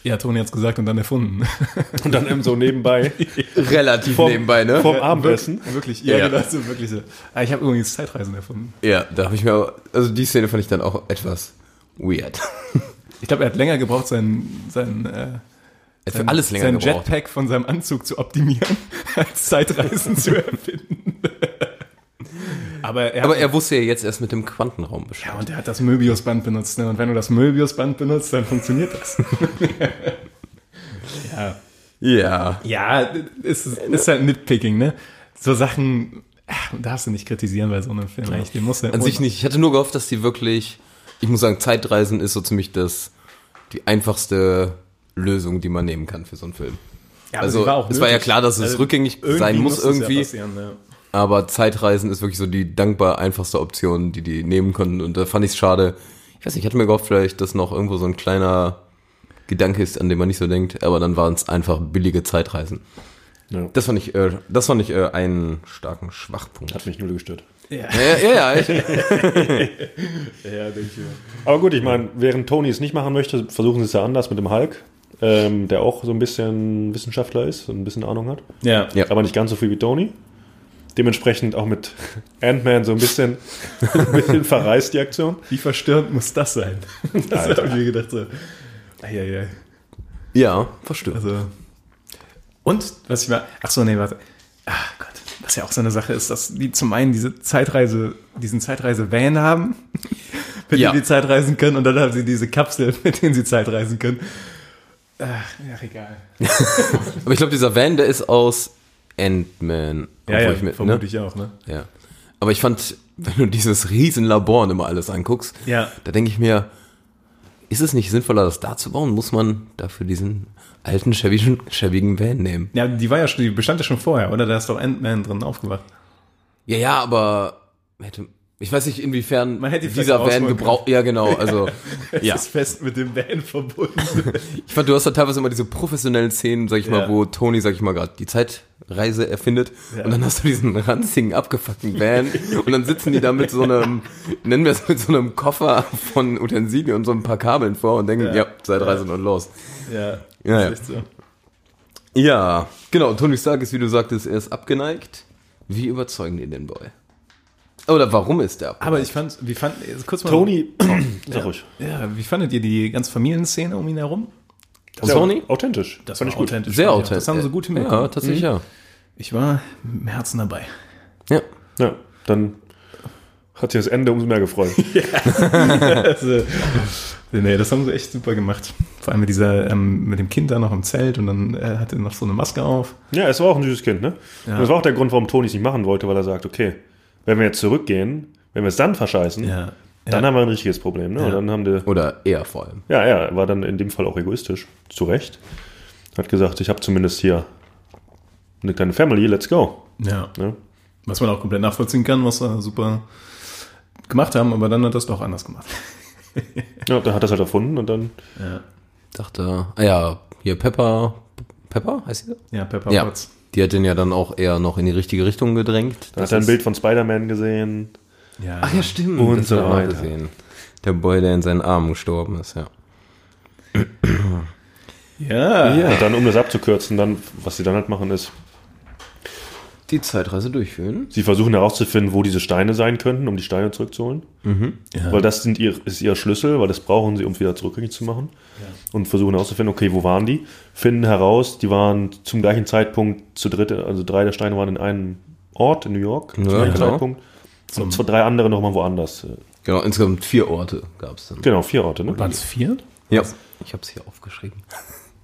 S1: ja, Toni hat's gesagt und dann erfunden.
S6: Und dann eben so nebenbei
S5: Relativ
S6: Vom-
S5: nebenbei, ne?
S6: vom Abendessen.
S1: Wirklich, ja,
S5: Ja.
S1: genau, so wirklich so. Ah, ich habe übrigens Zeitreisen erfunden.
S5: Ja, da habe ich mir, auch- also die Szene fand ich dann auch etwas weird.
S1: Ich glaube, er hat länger gebraucht, sein, sein, äh,
S5: Es
S1: sein,
S5: hat alles länger
S1: sein
S5: gebraucht.
S1: Jetpack von seinem Anzug zu optimieren, als Zeitreisen zu erfinden. Aber er,
S5: Aber er wusste ja jetzt erst mit dem Quantenraum Bescheid.
S1: ja, und er hat das Möbiusband benutzt. Ne? Und wenn du das Möbiusband benutzt, dann funktioniert das. ja.
S5: Ja.
S1: ja, ist, ist halt Nitpicking, ne? So Sachen ach, darfst du nicht kritisieren bei so einem Film. eigentlich. Den musst du
S5: An sich nicht. Ich hatte nur gehofft, dass die wirklich, ich muss sagen, Zeitreisen ist so ziemlich das, die einfachste Lösung, die man nehmen kann für so einen Film.
S1: Ja, aber
S5: also,
S1: sie war auch
S5: es war ja
S1: nötig.
S5: klar, dass es
S1: Also,
S5: rückgängig sein muss
S1: es ja
S5: irgendwie.
S1: passieren, ne?
S5: aber Zeitreisen ist wirklich so die dankbar einfachste Option, die die nehmen konnten. Und da fand ich es schade. Ich weiß nicht, ich hatte mir gehofft, vielleicht, dass noch irgendwo so ein kleiner Gedanke ist, an den man nicht so denkt. Aber dann waren es einfach billige Zeitreisen.
S6: Ja.
S5: Das fand ich, äh, das fand ich äh, einen starken Schwachpunkt.
S6: Hat mich null gestört.
S5: Ja, ja, ja. Ich,
S6: Aber gut, ich meine, während Tony es nicht machen möchte, versuchen sie es ja anders mit dem Hulk, ähm, der auch so ein bisschen Wissenschaftler ist und ein bisschen Ahnung hat.
S1: Ja.
S5: Ja.
S6: Aber nicht ganz so viel wie Tony. Dementsprechend auch mit Ant-Man so ein bisschen, ein bisschen verreist die Aktion.
S1: Wie verstörend muss das sein? Das habe ich mir gedacht so. Eieiei.
S5: ja, verstehe.
S1: Also. Und was ich mal. Ach so, nee, warte. Ach Gott. Was ja auch so eine Sache ist, dass die zum einen diese Zeitreise, diesen Zeitreise-Van haben, mit
S5: Ja.
S1: dem die Zeitreisen können, und dann haben sie diese Kapsel, mit denen sie Zeitreisen können. Ach, ja, egal.
S5: Aber ich glaube, dieser Van, der ist aus Ant-Man.
S1: Ja,
S5: Obwohl
S1: ja,
S5: ich mir-
S1: vermute ich auch, ne?
S5: ne? ja. Aber ich fand, wenn du dieses riesen Labor und immer alles anguckst,
S1: Ja.
S5: da denke ich mir, ist es nicht sinnvoller, das da zu bauen? Muss man dafür diesen alten, schäbigen, schäbigen Van nehmen?
S1: Ja, die war ja schon, die bestand ja schon vorher, oder? Da ist doch Ant-Man drin aufgewacht.
S5: Ja, ja, aber hätte, ich weiß nicht, inwiefern
S1: Man hätte die vielleicht
S5: dieser Van
S1: rausholen
S5: gebraucht. Ja, genau. Also, ja.
S1: Ist fest mit dem Van verbunden.
S5: Ich fand, du hast da teilweise immer diese professionellen Szenen, sag ich mal,
S1: Ja.
S5: wo Tony, sag ich mal, gerade die Zeitreise erfindet. Und dann hast du diesen ranzigen, abgefuckten Van. und dann sitzen die da mit so einem, nennen wir es mit so einem Koffer von Utensilien und so ein paar Kabeln vor und denken, ja, Zeitreise und los.
S1: ja,
S5: Ja,
S1: ist
S5: ja.
S1: echt so.
S5: Ja, genau. Und Tony Stark ist, wie du sagtest, er ist abgeneigt. Wie überzeugen die den Boy? Oder warum ist er abgeneigt?
S1: Aber ich fand, wie fand, kurz mal.
S6: Tony, sag ruhig.
S1: Ja, wie fandet ihr die ganze Familienszene um ihn herum?
S5: Und Tony?
S6: Authentisch.
S1: Das
S6: Fand
S1: war
S6: ich gut.
S1: authentisch.
S5: Sehr
S1: fand ich auch.
S5: authentisch.
S1: Das haben sie gut hinbekommen. Mhm.
S5: Ja, tatsächlich, ja.
S1: Ich war im Herzen dabei.
S5: Ja.
S6: Ja, dann hat sich das Ende umso mehr gefreut.
S1: Also, nee, das haben sie echt super gemacht. Vor allem mit dieser, ähm, mit dem Kind da noch im Zelt und dann äh, hat er noch so eine Maske auf.
S6: ja, es war auch ein süßes Kind, ne? Und das war auch der Grund, warum Tony es nicht machen wollte, weil er sagt, okay, wenn wir jetzt zurückgehen, Wenn wir es dann verscheißen,
S1: Ja.
S6: dann haben wir ein richtiges Problem. Ne? Und dann haben die,
S5: Oder eher vor allem.
S6: ja, er war dann in dem Fall auch egoistisch, zu Recht. Hat gesagt, ich habe zumindest hier eine kleine Family, let's go.
S1: Ja.
S6: Ne?
S1: Was man auch komplett nachvollziehen kann, was er super gemacht haben, aber dann hat er es doch anders gemacht.
S6: Ja, da hat er es halt erfunden und dann
S5: Dachte, ah ja, hier Pepper, Pepper heißt sie so?
S1: Ja, Pepper
S5: Ja.
S1: Potts.
S5: Die hat den ja dann auch eher noch in die richtige Richtung gedrängt.
S6: hat er ein Bild von Spider-Man gesehen.
S1: Ja.
S5: Ach ja, stimmt.
S6: Und
S5: das
S6: so
S5: hat man auch
S6: weiter.
S5: Gesehen. Der Boy, der in seinen Armen gestorben ist, ja.
S1: Ah. ja.
S6: Und dann, um das abzukürzen, dann, was sie dann halt machen, ist,
S5: Die Zeitreise durchführen.
S6: sie versuchen herauszufinden, wo diese Steine sein könnten, um die Steine zurückzuholen. Weil das sind ihr, ist ihr Schlüssel, weil das brauchen sie, um es wieder zurückgängig zu machen. Und versuchen herauszufinden, okay, wo waren die? Finden heraus, die waren zum gleichen Zeitpunkt zu dritt, also drei der Steine waren in einem Ort in New York, zum
S5: Ja,
S6: gleichen
S5: genau.
S6: Zeitpunkt. Und zwei, drei andere nochmal woanders.
S5: Genau, insgesamt vier Orte gab es dann. Also,
S6: Genau, vier Orte, ne?
S1: Waren es vier?
S5: Ja. Ich habe es hier aufgeschrieben.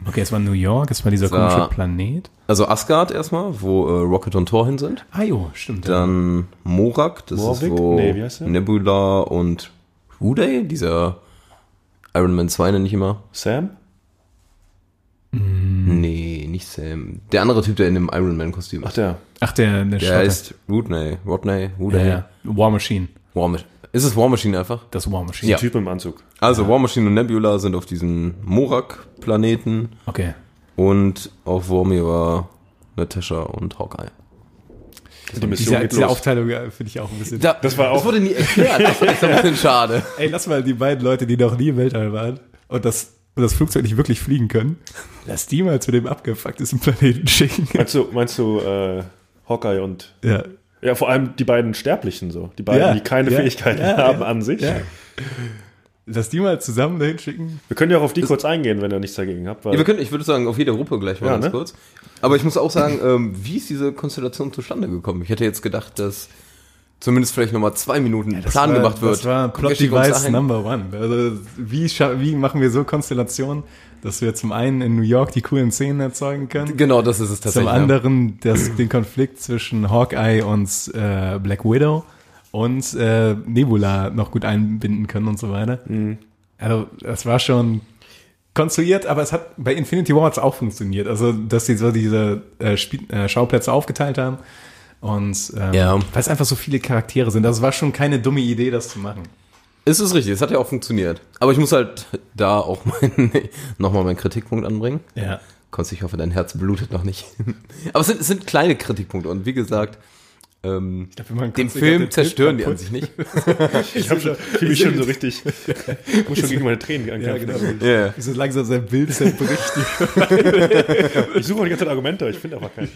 S1: Okay, es war New York, es war dieser
S5: war-
S1: komische Planet.
S5: Also Asgard erstmal, wo äh, Rocket und Thor hin sind.
S1: Ah jo, stimmt.
S5: Dann Morak, das
S6: Morvik?
S5: ist wo
S6: Nee, wie heißt der?
S5: Nebula und Ruday, dieser Iron Man 2 nenne ich immer.
S6: Sam?
S5: Nee, nicht Sam. Der andere Typ, der in dem Iron Man Kostüm
S6: Hm. Ach,
S5: ist.
S6: der.
S1: Ach, der, der
S5: Der
S1: Schotte.
S5: heißt Rudney, Rodney,
S1: ja,
S5: Ruday.
S1: ja. War Machine.
S5: War Mach- Ist es War Machine einfach?
S1: Das War Machine.
S5: Ja.
S6: Typ im Anzug.
S5: Also War Machine und Nebula sind auf diesem Morak-Planeten
S1: Okay.
S5: und auf Wormi war Natasha und Hawkeye.
S6: Die Mission
S1: Diese,
S6: geht
S1: diese
S6: los.
S1: Aufteilung äh, finde ich auch ein bisschen.
S6: Das war auch-
S5: wurde nie erklärt, das ist ein bisschen schade.
S1: Ey, lass mal die beiden Leute, die noch nie im Weltall waren und das, und das Flugzeug nicht wirklich fliegen können, lass die mal zu dem abgefucktesten Planeten schicken.
S6: Meinst du, meinst du äh, Hawkeye und
S1: Ja.
S6: Ja, vor allem die beiden Sterblichen so. Die beiden,
S1: Ja,
S6: die keine
S1: ja,
S6: Fähigkeiten
S1: ja,
S6: haben
S1: ja,
S6: an sich.
S1: ja. Lass die mal zusammen dahin schicken.
S6: Wir können ja auch auf die kurz eingehen, wenn ihr nichts dagegen habt. Weil
S5: Ja, wir können, ich würde sagen, auf jede Gruppe gleich mal
S6: Ja,
S5: ganz
S6: ne?
S5: kurz. Aber ich muss auch sagen, ähm, wie ist diese Konstellation zustande gekommen? Ich hätte jetzt gedacht, dass zumindest vielleicht nochmal zwei Minuten Plan
S1: war,
S5: gemacht wird.
S1: Das war
S5: Guck, wir
S1: Plot
S5: schicken uns
S1: Device
S5: dahin.
S1: Number One. Also, wie, scha- wie machen wir so Konstellationen, dass wir zum einen in New York die coolen Szenen erzeugen können?
S5: Genau, das ist es
S1: Zum
S5: tatsächlich.
S1: anderen das, den Konflikt zwischen Hawkeye und äh, Black Widow und äh, Nebula noch gut einbinden können und so weiter.
S5: Mhm.
S1: Also das war schon konstruiert, aber es hat bei Infinity War hat's auch funktioniert. Also dass sie so diese äh, Spiel, äh, Schauplätze aufgeteilt haben und ähm,
S5: Ja.
S1: weil es einfach so viele Charaktere sind. Das war schon keine dumme Idee, das zu machen.
S5: Es ist richtig, es hat ja auch funktioniert. Aber ich muss halt da auch meinen, nochmal meinen Kritikpunkt anbringen.
S1: Ja.
S5: Konst, ich hoffe, dein Herz blutet noch nicht. Aber es sind, es sind kleine Kritikpunkte und wie gesagt, ähm,
S1: glaub, wenn man
S5: den
S1: Konst- ich glaub,
S5: Film
S1: der Film
S5: zerstören die an
S1: kaputt-
S5: sich nicht.
S6: ich habe schon, ich fühl mich schon so richtig. Ich muss schon gegen meine Tränen ankämpfen.
S5: Ja.
S1: Wie so genau. langsam sein Bild zerbricht.
S6: Ich suche die ganze Zeit Argumente, aber ich finde einfach keinen.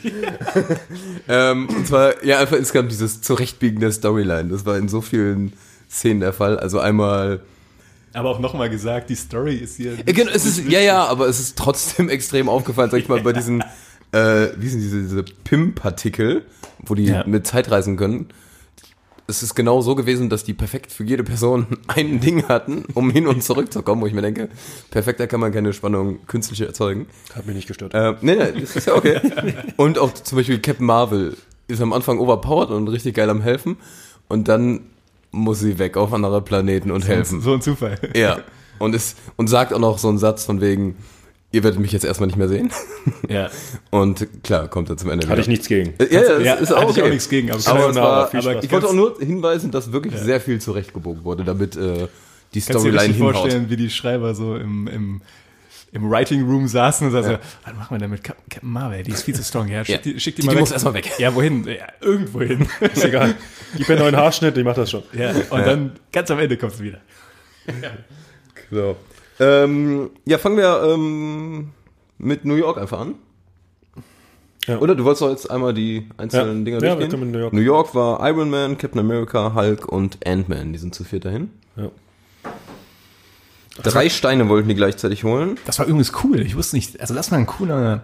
S5: Ähm, und zwar, ja, einfach insgesamt dieses Zurechtbiegen der Storyline. Das war in so vielen Szenen der Fall. Also einmal.
S1: aber auch nochmal gesagt, die Story ist hier.
S5: Äh, genau, es ist, ja, ja, aber es ist trotzdem extrem aufgefallen, sag ich mal, bei diesen, äh, wie sind diese, diese PIM-Partikel, wo die
S1: Ja.
S5: mit Zeitreisen können. Es ist genau so gewesen, dass die perfekt für jede Person ein Ding hatten, um hin und zurückzukommen, wo ich mir denke, perfekter kann man keine Spannung künstlich erzeugen.
S6: Hat mich nicht gestört.
S5: Äh, nee, nee, das ist ja okay. und auch zum Beispiel Captain Marvel ist am Anfang overpowered und richtig geil am Helfen. Und dann muss sie weg auf andere Planeten und helfen.
S1: So ein Zufall.
S5: Ja. Und, ist, und sagt auch noch so einen Satz von wegen, ihr werdet mich jetzt erstmal nicht mehr sehen.
S1: Ja.
S5: Und klar, kommt dann zum Ende.
S6: Hatte
S5: wieder. Äh,
S6: ich nichts gegen.
S5: Ja, ja, das
S1: Ja,
S5: ist auch,
S1: hatte ich
S5: okay.
S1: auch nichts gegen, aber,
S5: Aber, es
S1: kannst-
S6: Sayonara,
S5: war,
S6: viel
S5: aber
S6: Spaß.
S5: ich wollte auch nur hinweisen, dass wirklich sehr viel zurechtgebogen wurde, damit äh, die
S1: kannst du dir
S5: Storyline
S1: richtig
S5: hinhaut.
S1: vorstellen, wie die Schreiber so im, im, im Writing Room saßen und sagten, so, was machen wir denn mit Cap- Captain Marvel? Die ist viel zu strong. Ja, schick,
S5: Ja.
S1: Die, schick die,
S5: Die
S1: mal
S5: muss
S1: weg.
S5: erstmal weg.
S1: Ja, wohin? Ja, irgendwo hin.
S6: Ist egal. Gib mir einen neuen Haarschnitt, ich mach das schon.
S1: ja, und dann ganz am Ende kommst du wieder.
S5: So. Ähm, ja, fangen wir ähm, mit New York einfach an.
S6: Ja.
S5: Oder du wolltest doch jetzt einmal die einzelnen
S6: Ja.
S5: Dinger
S6: Ja, wir
S5: durchgehen.
S6: können mit New York.
S5: New York war Iron Man, Captain America, Hulk und Ant-Man. Die sind zu viert dahin.
S6: Ja.
S5: Drei Steine wollten die gleichzeitig holen.
S1: Das war übrigens cool. Ich wusste nicht, also das war ein cooler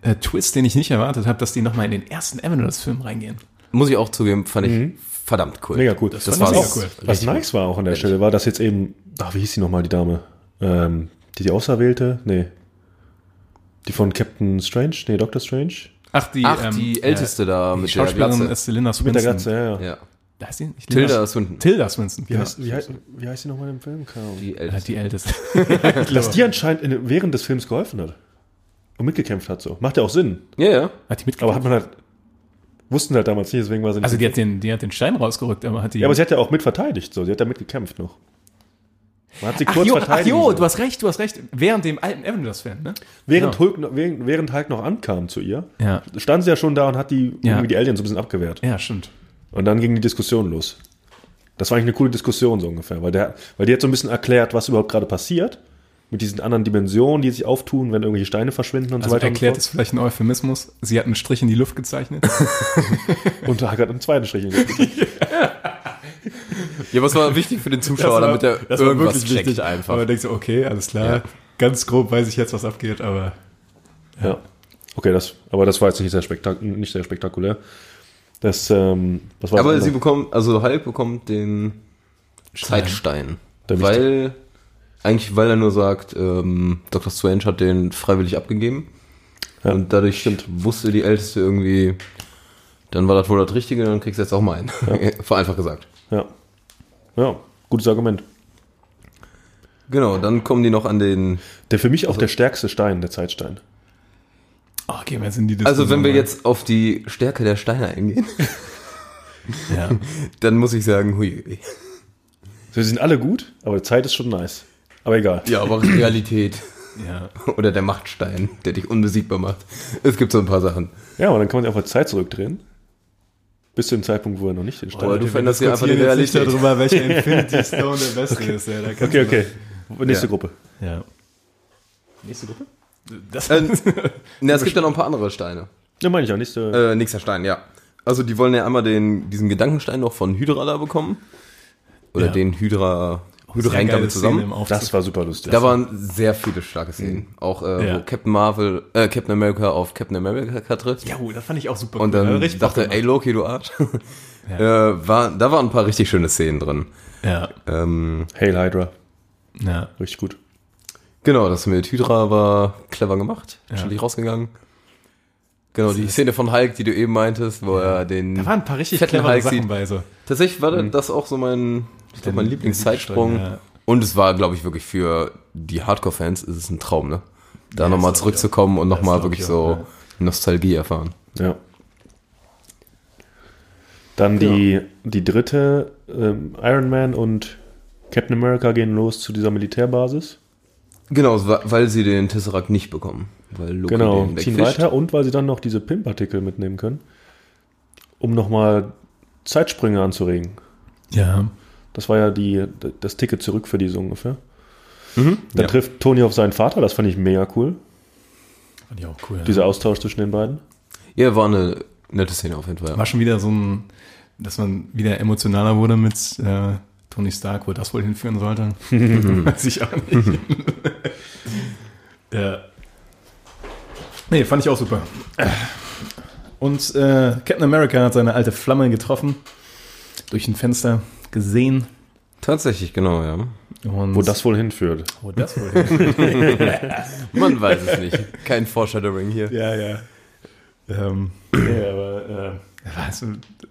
S1: äh, Twist, den ich nicht erwartet habe, dass die nochmal in den ersten Avengers-Film reingehen.
S5: Muss ich auch zugeben, fand ich verdammt cool.
S6: Mhm. Mega cool. Das
S5: Das, war
S1: fand ich
S5: auch
S1: auch cool.
S5: cool.
S6: Was nice war auch an der Stelle, war, dass jetzt eben, ach, wie hieß die nochmal, die Dame? Ähm, die die Auserwählte? Nee. Die von Captain Strange? Nee, Doctor Strange?
S1: Ach, die,
S5: Ach,
S1: ähm,
S5: die
S1: äh,
S5: älteste da
S1: die
S5: mit der
S1: Schauspielerin
S5: Glatze.
S1: ist Linda Swinton.
S6: Mit der Glatze, ja, ja.
S5: Ja.
S1: Da ist sie? Ich liebe
S5: Tilda
S1: das.
S5: Swinton.
S1: Tilda Swinton.
S6: Wie,
S1: genau.
S6: heißt, wie, heißt, wie heißt die nochmal im Film? Keine Ahnung.
S5: Die
S1: Ja,
S5: Älteste.
S1: die Älteste.
S6: Dass die anscheinend in, während des Films geholfen hat. Und mitgekämpft hat so. Macht ja auch Sinn.
S5: Ja, ja.
S1: Hat die
S6: Aber hat
S1: mitgebracht?
S6: man halt. Wussten halt damals nicht, deswegen war sie nicht.
S1: Also die hat, den, die hat den Stein rausgerückt, aber hat die...
S6: ja, aber sie hat ja auch mitverteidigt, so. Sie hat ja mitgekämpft noch. Man hat sie
S1: ach,
S6: kurz
S1: jo, ach
S6: verteidigt.
S1: jo,
S6: so.
S1: du hast recht, du hast recht. Während dem alten Avengers-Film, ne?
S6: während,
S1: Ja.
S6: Hulk, noch- während, während Hulk noch ankam zu ihr,
S1: Ja.
S6: stand sie ja schon da und hat die,
S1: Ja.
S6: irgendwie die Aliens so ein bisschen abgewehrt.
S1: Ja, stimmt.
S5: Also
S6: Und dann ging die Diskussion los. Das war eigentlich eine coole Diskussion so ungefähr, weil, der, weil die hat so ein bisschen erklärt, was überhaupt gerade passiert. Mit diesen anderen Dimensionen, die sich auftun, wenn irgendwelche Steine verschwinden und
S1: Also
S6: so weiter.
S1: erklärt
S6: und,
S1: ist
S6: so.
S1: vielleicht ein Euphemismus. Sie hat einen Strich in die Luft gezeichnet.
S6: fort. und da hat einen zweiten Strich hingekriegt.
S5: Ja, was war wichtig für den Zuschauer, damit er irgendwas checkt einfach.
S1: Aber denkst du, okay, alles klar.
S5: Ja.
S1: Ganz grob weiß ich jetzt, was abgeht, aber
S6: ja. Okay, das, aber das war jetzt nicht sehr, spektak nicht sehr spektakulär. Das, ähm, was war das
S5: Aber
S6: andere?
S5: sie bekommt, also Hulk bekommt den Zeitstein.
S6: Der
S5: weil, eigentlich, weil er nur sagt, ähm, Dr. Strange hat den freiwillig abgegeben.
S6: Ja,
S5: und dadurch wusste die Älteste irgendwie, dann war das wohl das Richtige, dann kriegst du jetzt auch mal einen. Vereinfacht gesagt.
S6: Ja. Ja, gutes Argument.
S5: Genau, dann kommen die noch an den.
S6: Der für
S5: Also
S6: mich auch der stärkste Stein, der Zeitstein.
S1: oh, gehen wir jetzt in die Diskussion.
S5: Also, wenn wir
S1: rein.
S5: jetzt auf die Stärke der Steine eingehen,
S1: Ja.
S5: dann muss ich sagen, hui.
S6: Sie sind alle gut, aber die Zeit ist schon nice. Aber egal.
S5: Ja, aber Realität.
S1: ja.
S5: Oder der Machtstein, der dich unbesiegbar macht. Es gibt so ein paar Sachen.
S6: Ja, aber dann kann man einfach die Zeit zurückdrehen. Bis zu dem Zeitpunkt, wo er noch nicht den Stein
S5: Boah,
S6: hat.
S5: Oh, du veränderst
S1: Wir
S5: ja einfach die
S1: diskutieren jetzt nicht
S5: Realität.
S1: darüber, welcher Infinity Stone der beste ist. Ja, da kannst
S6: Okay,
S1: du-
S6: okay. Nächste
S5: Ja.
S6: Gruppe.
S1: Ja.
S5: Äh, na, es gibt ja noch ein paar andere Steine.
S6: Ja, meine ich auch. Nächste.
S5: Äh, nächster Stein, ja. Also die wollen ja einmal den, diesen Gedankenstein noch von Hydra da bekommen. Oder
S1: Ja.
S5: den Hydra, Hydra
S1: Sehr
S5: hängt
S1: geile
S5: damit
S1: Szene im
S5: zusammen.
S1: Aufzug.
S6: das war super lustig.
S5: Da waren sehr viele starke Szenen. Auch äh,
S1: Mhm. Ja.
S5: wo Captain Marvel, äh, Captain America auf Captain America trifft.
S1: ja, oh, das fand ich auch super
S5: Und
S1: cool.
S5: dann
S1: Ja, richtig
S5: dachte,
S1: Bock
S5: ey Loki, du Arsch.
S1: Ja.
S5: Äh, war, da waren ein paar richtig schöne Szenen drin.
S1: gemacht. Ja.
S5: Ähm,
S6: Hail Hydra.
S1: ja.
S6: Richtig gut.
S5: Genau, das mit Hydra war clever gemacht. Natürlich rausgegangen. Genau, die Szene von Hulk, die du eben meintest, wo er den.
S1: Da waren ein paar richtig
S5: fetten
S1: clevere
S5: Hulk
S1: Sachen
S5: sieht.
S1: bei. So.
S5: Tatsächlich war das auch so mein, ich glaub, mein
S1: Den-
S5: Lieblingszeitsprung.
S1: Ja.
S5: Und es war, glaube ich, wirklich für die Hardcore-Fans ist es ein Traum, ne? Da nochmal
S1: das glaub ich
S5: zurückzukommen und nochmal
S1: glaub ich
S5: wirklich
S1: auch,
S5: so Nostalgie erfahren.
S6: Ja. Dann die, die dritte. Ähm, Iron Man und Captain America gehen los zu dieser Militärbasis.
S5: Genau, es war- weil sie den Tesseract nicht bekommen. Weil Loki
S6: Genau,
S5: den
S6: ziehen
S5: wegfischt.
S6: weiter und weil sie dann noch diese PIM-Partikel mitnehmen können, um nochmal Zeitsprünge anzuregen.
S1: ja.
S6: Das war ja die, das Ticket zurück für die so ungefähr. Dann trifft Tony auf seinen Vater, das fand ich mega cool,
S1: Fand ich auch cool. Ja.
S6: dieser Austausch zwischen den beiden.
S5: Ja, war eine nette Szene auf jeden Fall.
S1: War schon wieder so ein, dass man wieder emotionaler wurde mit äh, Tony Stark, wo das wohl hinführen sollte. Weiß ich auch nicht. ja. Nee, fand ich auch super. Und äh, Captain America hat seine alte Flamme getroffen, durch ein Fenster gesehen.
S5: Tatsächlich, genau, ja.
S1: Und
S6: Wo das wohl hinführt.
S1: wo das wohl hin?
S5: Man weiß es nicht. Kein Foreshadowing hier.
S1: ja, ja. Ähm, nee, aber äh, war so-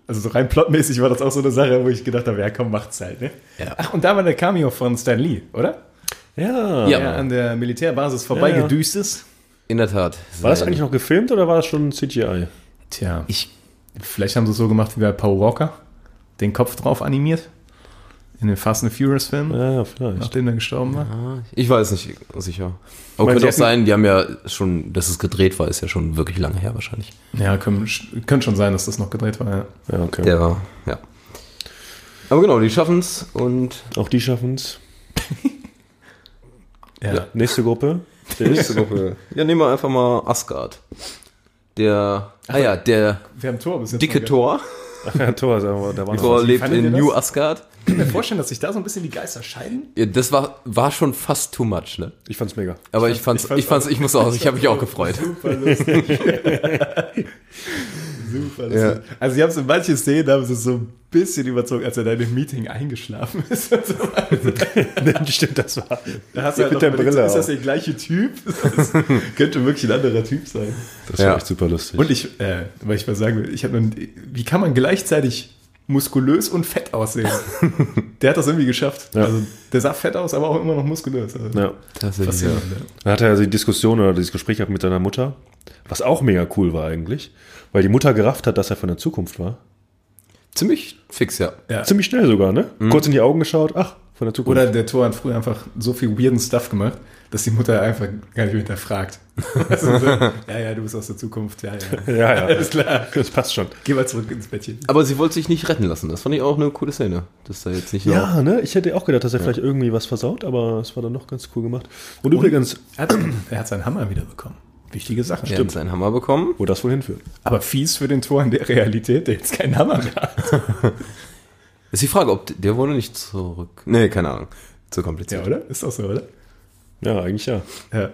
S1: also so rein plotmäßig war das auch so eine Sache, wo ich gedacht habe, ja komm, macht's halt, ne?
S5: Ja.
S1: Ach, und da war der Cameo von Stan Lee, oder?
S6: Ja.
S5: Ja.
S1: Der an der Militärbasis vorbeigedüst ist.
S5: In der Tat.
S6: War das eigentlich noch gefilmt oder war das schon CGI?
S1: Tja,
S5: Ich,
S1: vielleicht haben sie es so gemacht wie bei Paul Walker, den Kopf drauf animiert. In den Fast and Furious Filmen,
S6: Ja, ja, vielleicht.
S1: nachdem er gestorben war.
S5: ich weiß nicht sicher. Aber
S6: Meinst du,
S5: könnte auch
S6: hätten-
S5: sein, die haben ja schon, dass es gedreht war, ist ja schon wirklich lange her wahrscheinlich.
S1: Ja, können- könnte schon sein, dass das noch gedreht war. Ja.
S6: Ja, okay.
S5: Der war, ja. Aber genau, die schaffen es und
S6: Auch die schaffen es.
S1: Ja.
S6: Nächste Gruppe.
S5: der nächste Gruppe. Ja, nehmen wir einfach mal Asgard. Der, ah ja, der
S1: Wir haben Tor bis jetzt.
S5: dicke Thor.
S6: Ja, Thor, sagen wir, da war noch.
S5: Thor
S6: was.
S5: lebt
S1: fandet
S5: in
S1: ihr das?
S5: New Asgard.
S1: Ich kann mir vorstellen, dass sich da so ein bisschen die Geister scheiden.
S5: Ja, das war, war schon fast too much, ne?
S6: Ich fand's mega.
S5: Aber ich fand's, ich fand's, ich, muss auch, ich habe mich auch gefreut.
S1: Super lustig. Super lustig. Also, sie haben es in manchen Szenen haben sie es so ein bisschen überzogen, als er da in dem Meeting eingeschlafen ist. Und so weiter.
S6: Stimmt, das war.
S1: Da hast
S6: Ja,
S1: du halt
S6: mit der
S1: noch überlegt,
S6: Brille
S1: Ist das
S6: auch.
S1: der gleiche Typ? Das könnte wirklich ein anderer Typ sein.
S6: Das
S5: Ja.
S6: super lustig.
S1: Und ich, äh, weil ich mal sagen will, ich habe, wie kann man gleichzeitig muskulös und fett aussehen. der hat das irgendwie geschafft.
S6: Ja.
S1: Also, der sah fett aus, aber auch immer noch muskulös. Also,
S6: Ja.
S5: Tatsächlich. Ja.
S1: faszinierend, ja.
S6: Da hatte er also die Diskussion oder dieses Gespräch gehabt mit seiner Mutter, was auch mega cool war eigentlich, weil die Mutter gerafft hat, dass er von der Zukunft war.
S5: Ziemlich fix, ja.
S1: Ja.
S6: Ziemlich schnell sogar, ne? Kurz in die Augen geschaut, ach, von der Zukunft.
S1: Oder der Thor hat früher einfach so viel weirden Stuff gemacht, dass die Mutter einfach gar nicht mehr hinterfragt. also so, ja, ja, du bist aus der Zukunft. Ja, ja.
S6: ja, ja,
S1: Alles klar.
S6: das passt schon.
S1: Geh mal zurück ins Bettchen.
S5: Aber sie wollte sich nicht retten lassen. Das fand ich auch eine coole Szene. Dass da jetzt nicht noch-
S6: Ja, ne? Ich hätte auch gedacht, dass er vielleicht irgendwie was versaut, aber es war dann noch ganz cool gemacht. Und, übrigens,
S1: Er hat, er hat seinen Hammer wieder bekommen. Wichtige Sache.
S5: er hat seinen Hammer bekommen.
S6: wo das wohl hinführt.
S1: Aber fies für den Tor in der Realität, der jetzt keinen Hammer mehr hat.
S5: Ist die Frage, ob der wurde nicht zurück. Nee, keine Ahnung. Zu
S1: Ja,
S5: kompliziert.
S1: oder? Ist doch so, oder?
S6: Ja, eigentlich ja.
S1: Ja.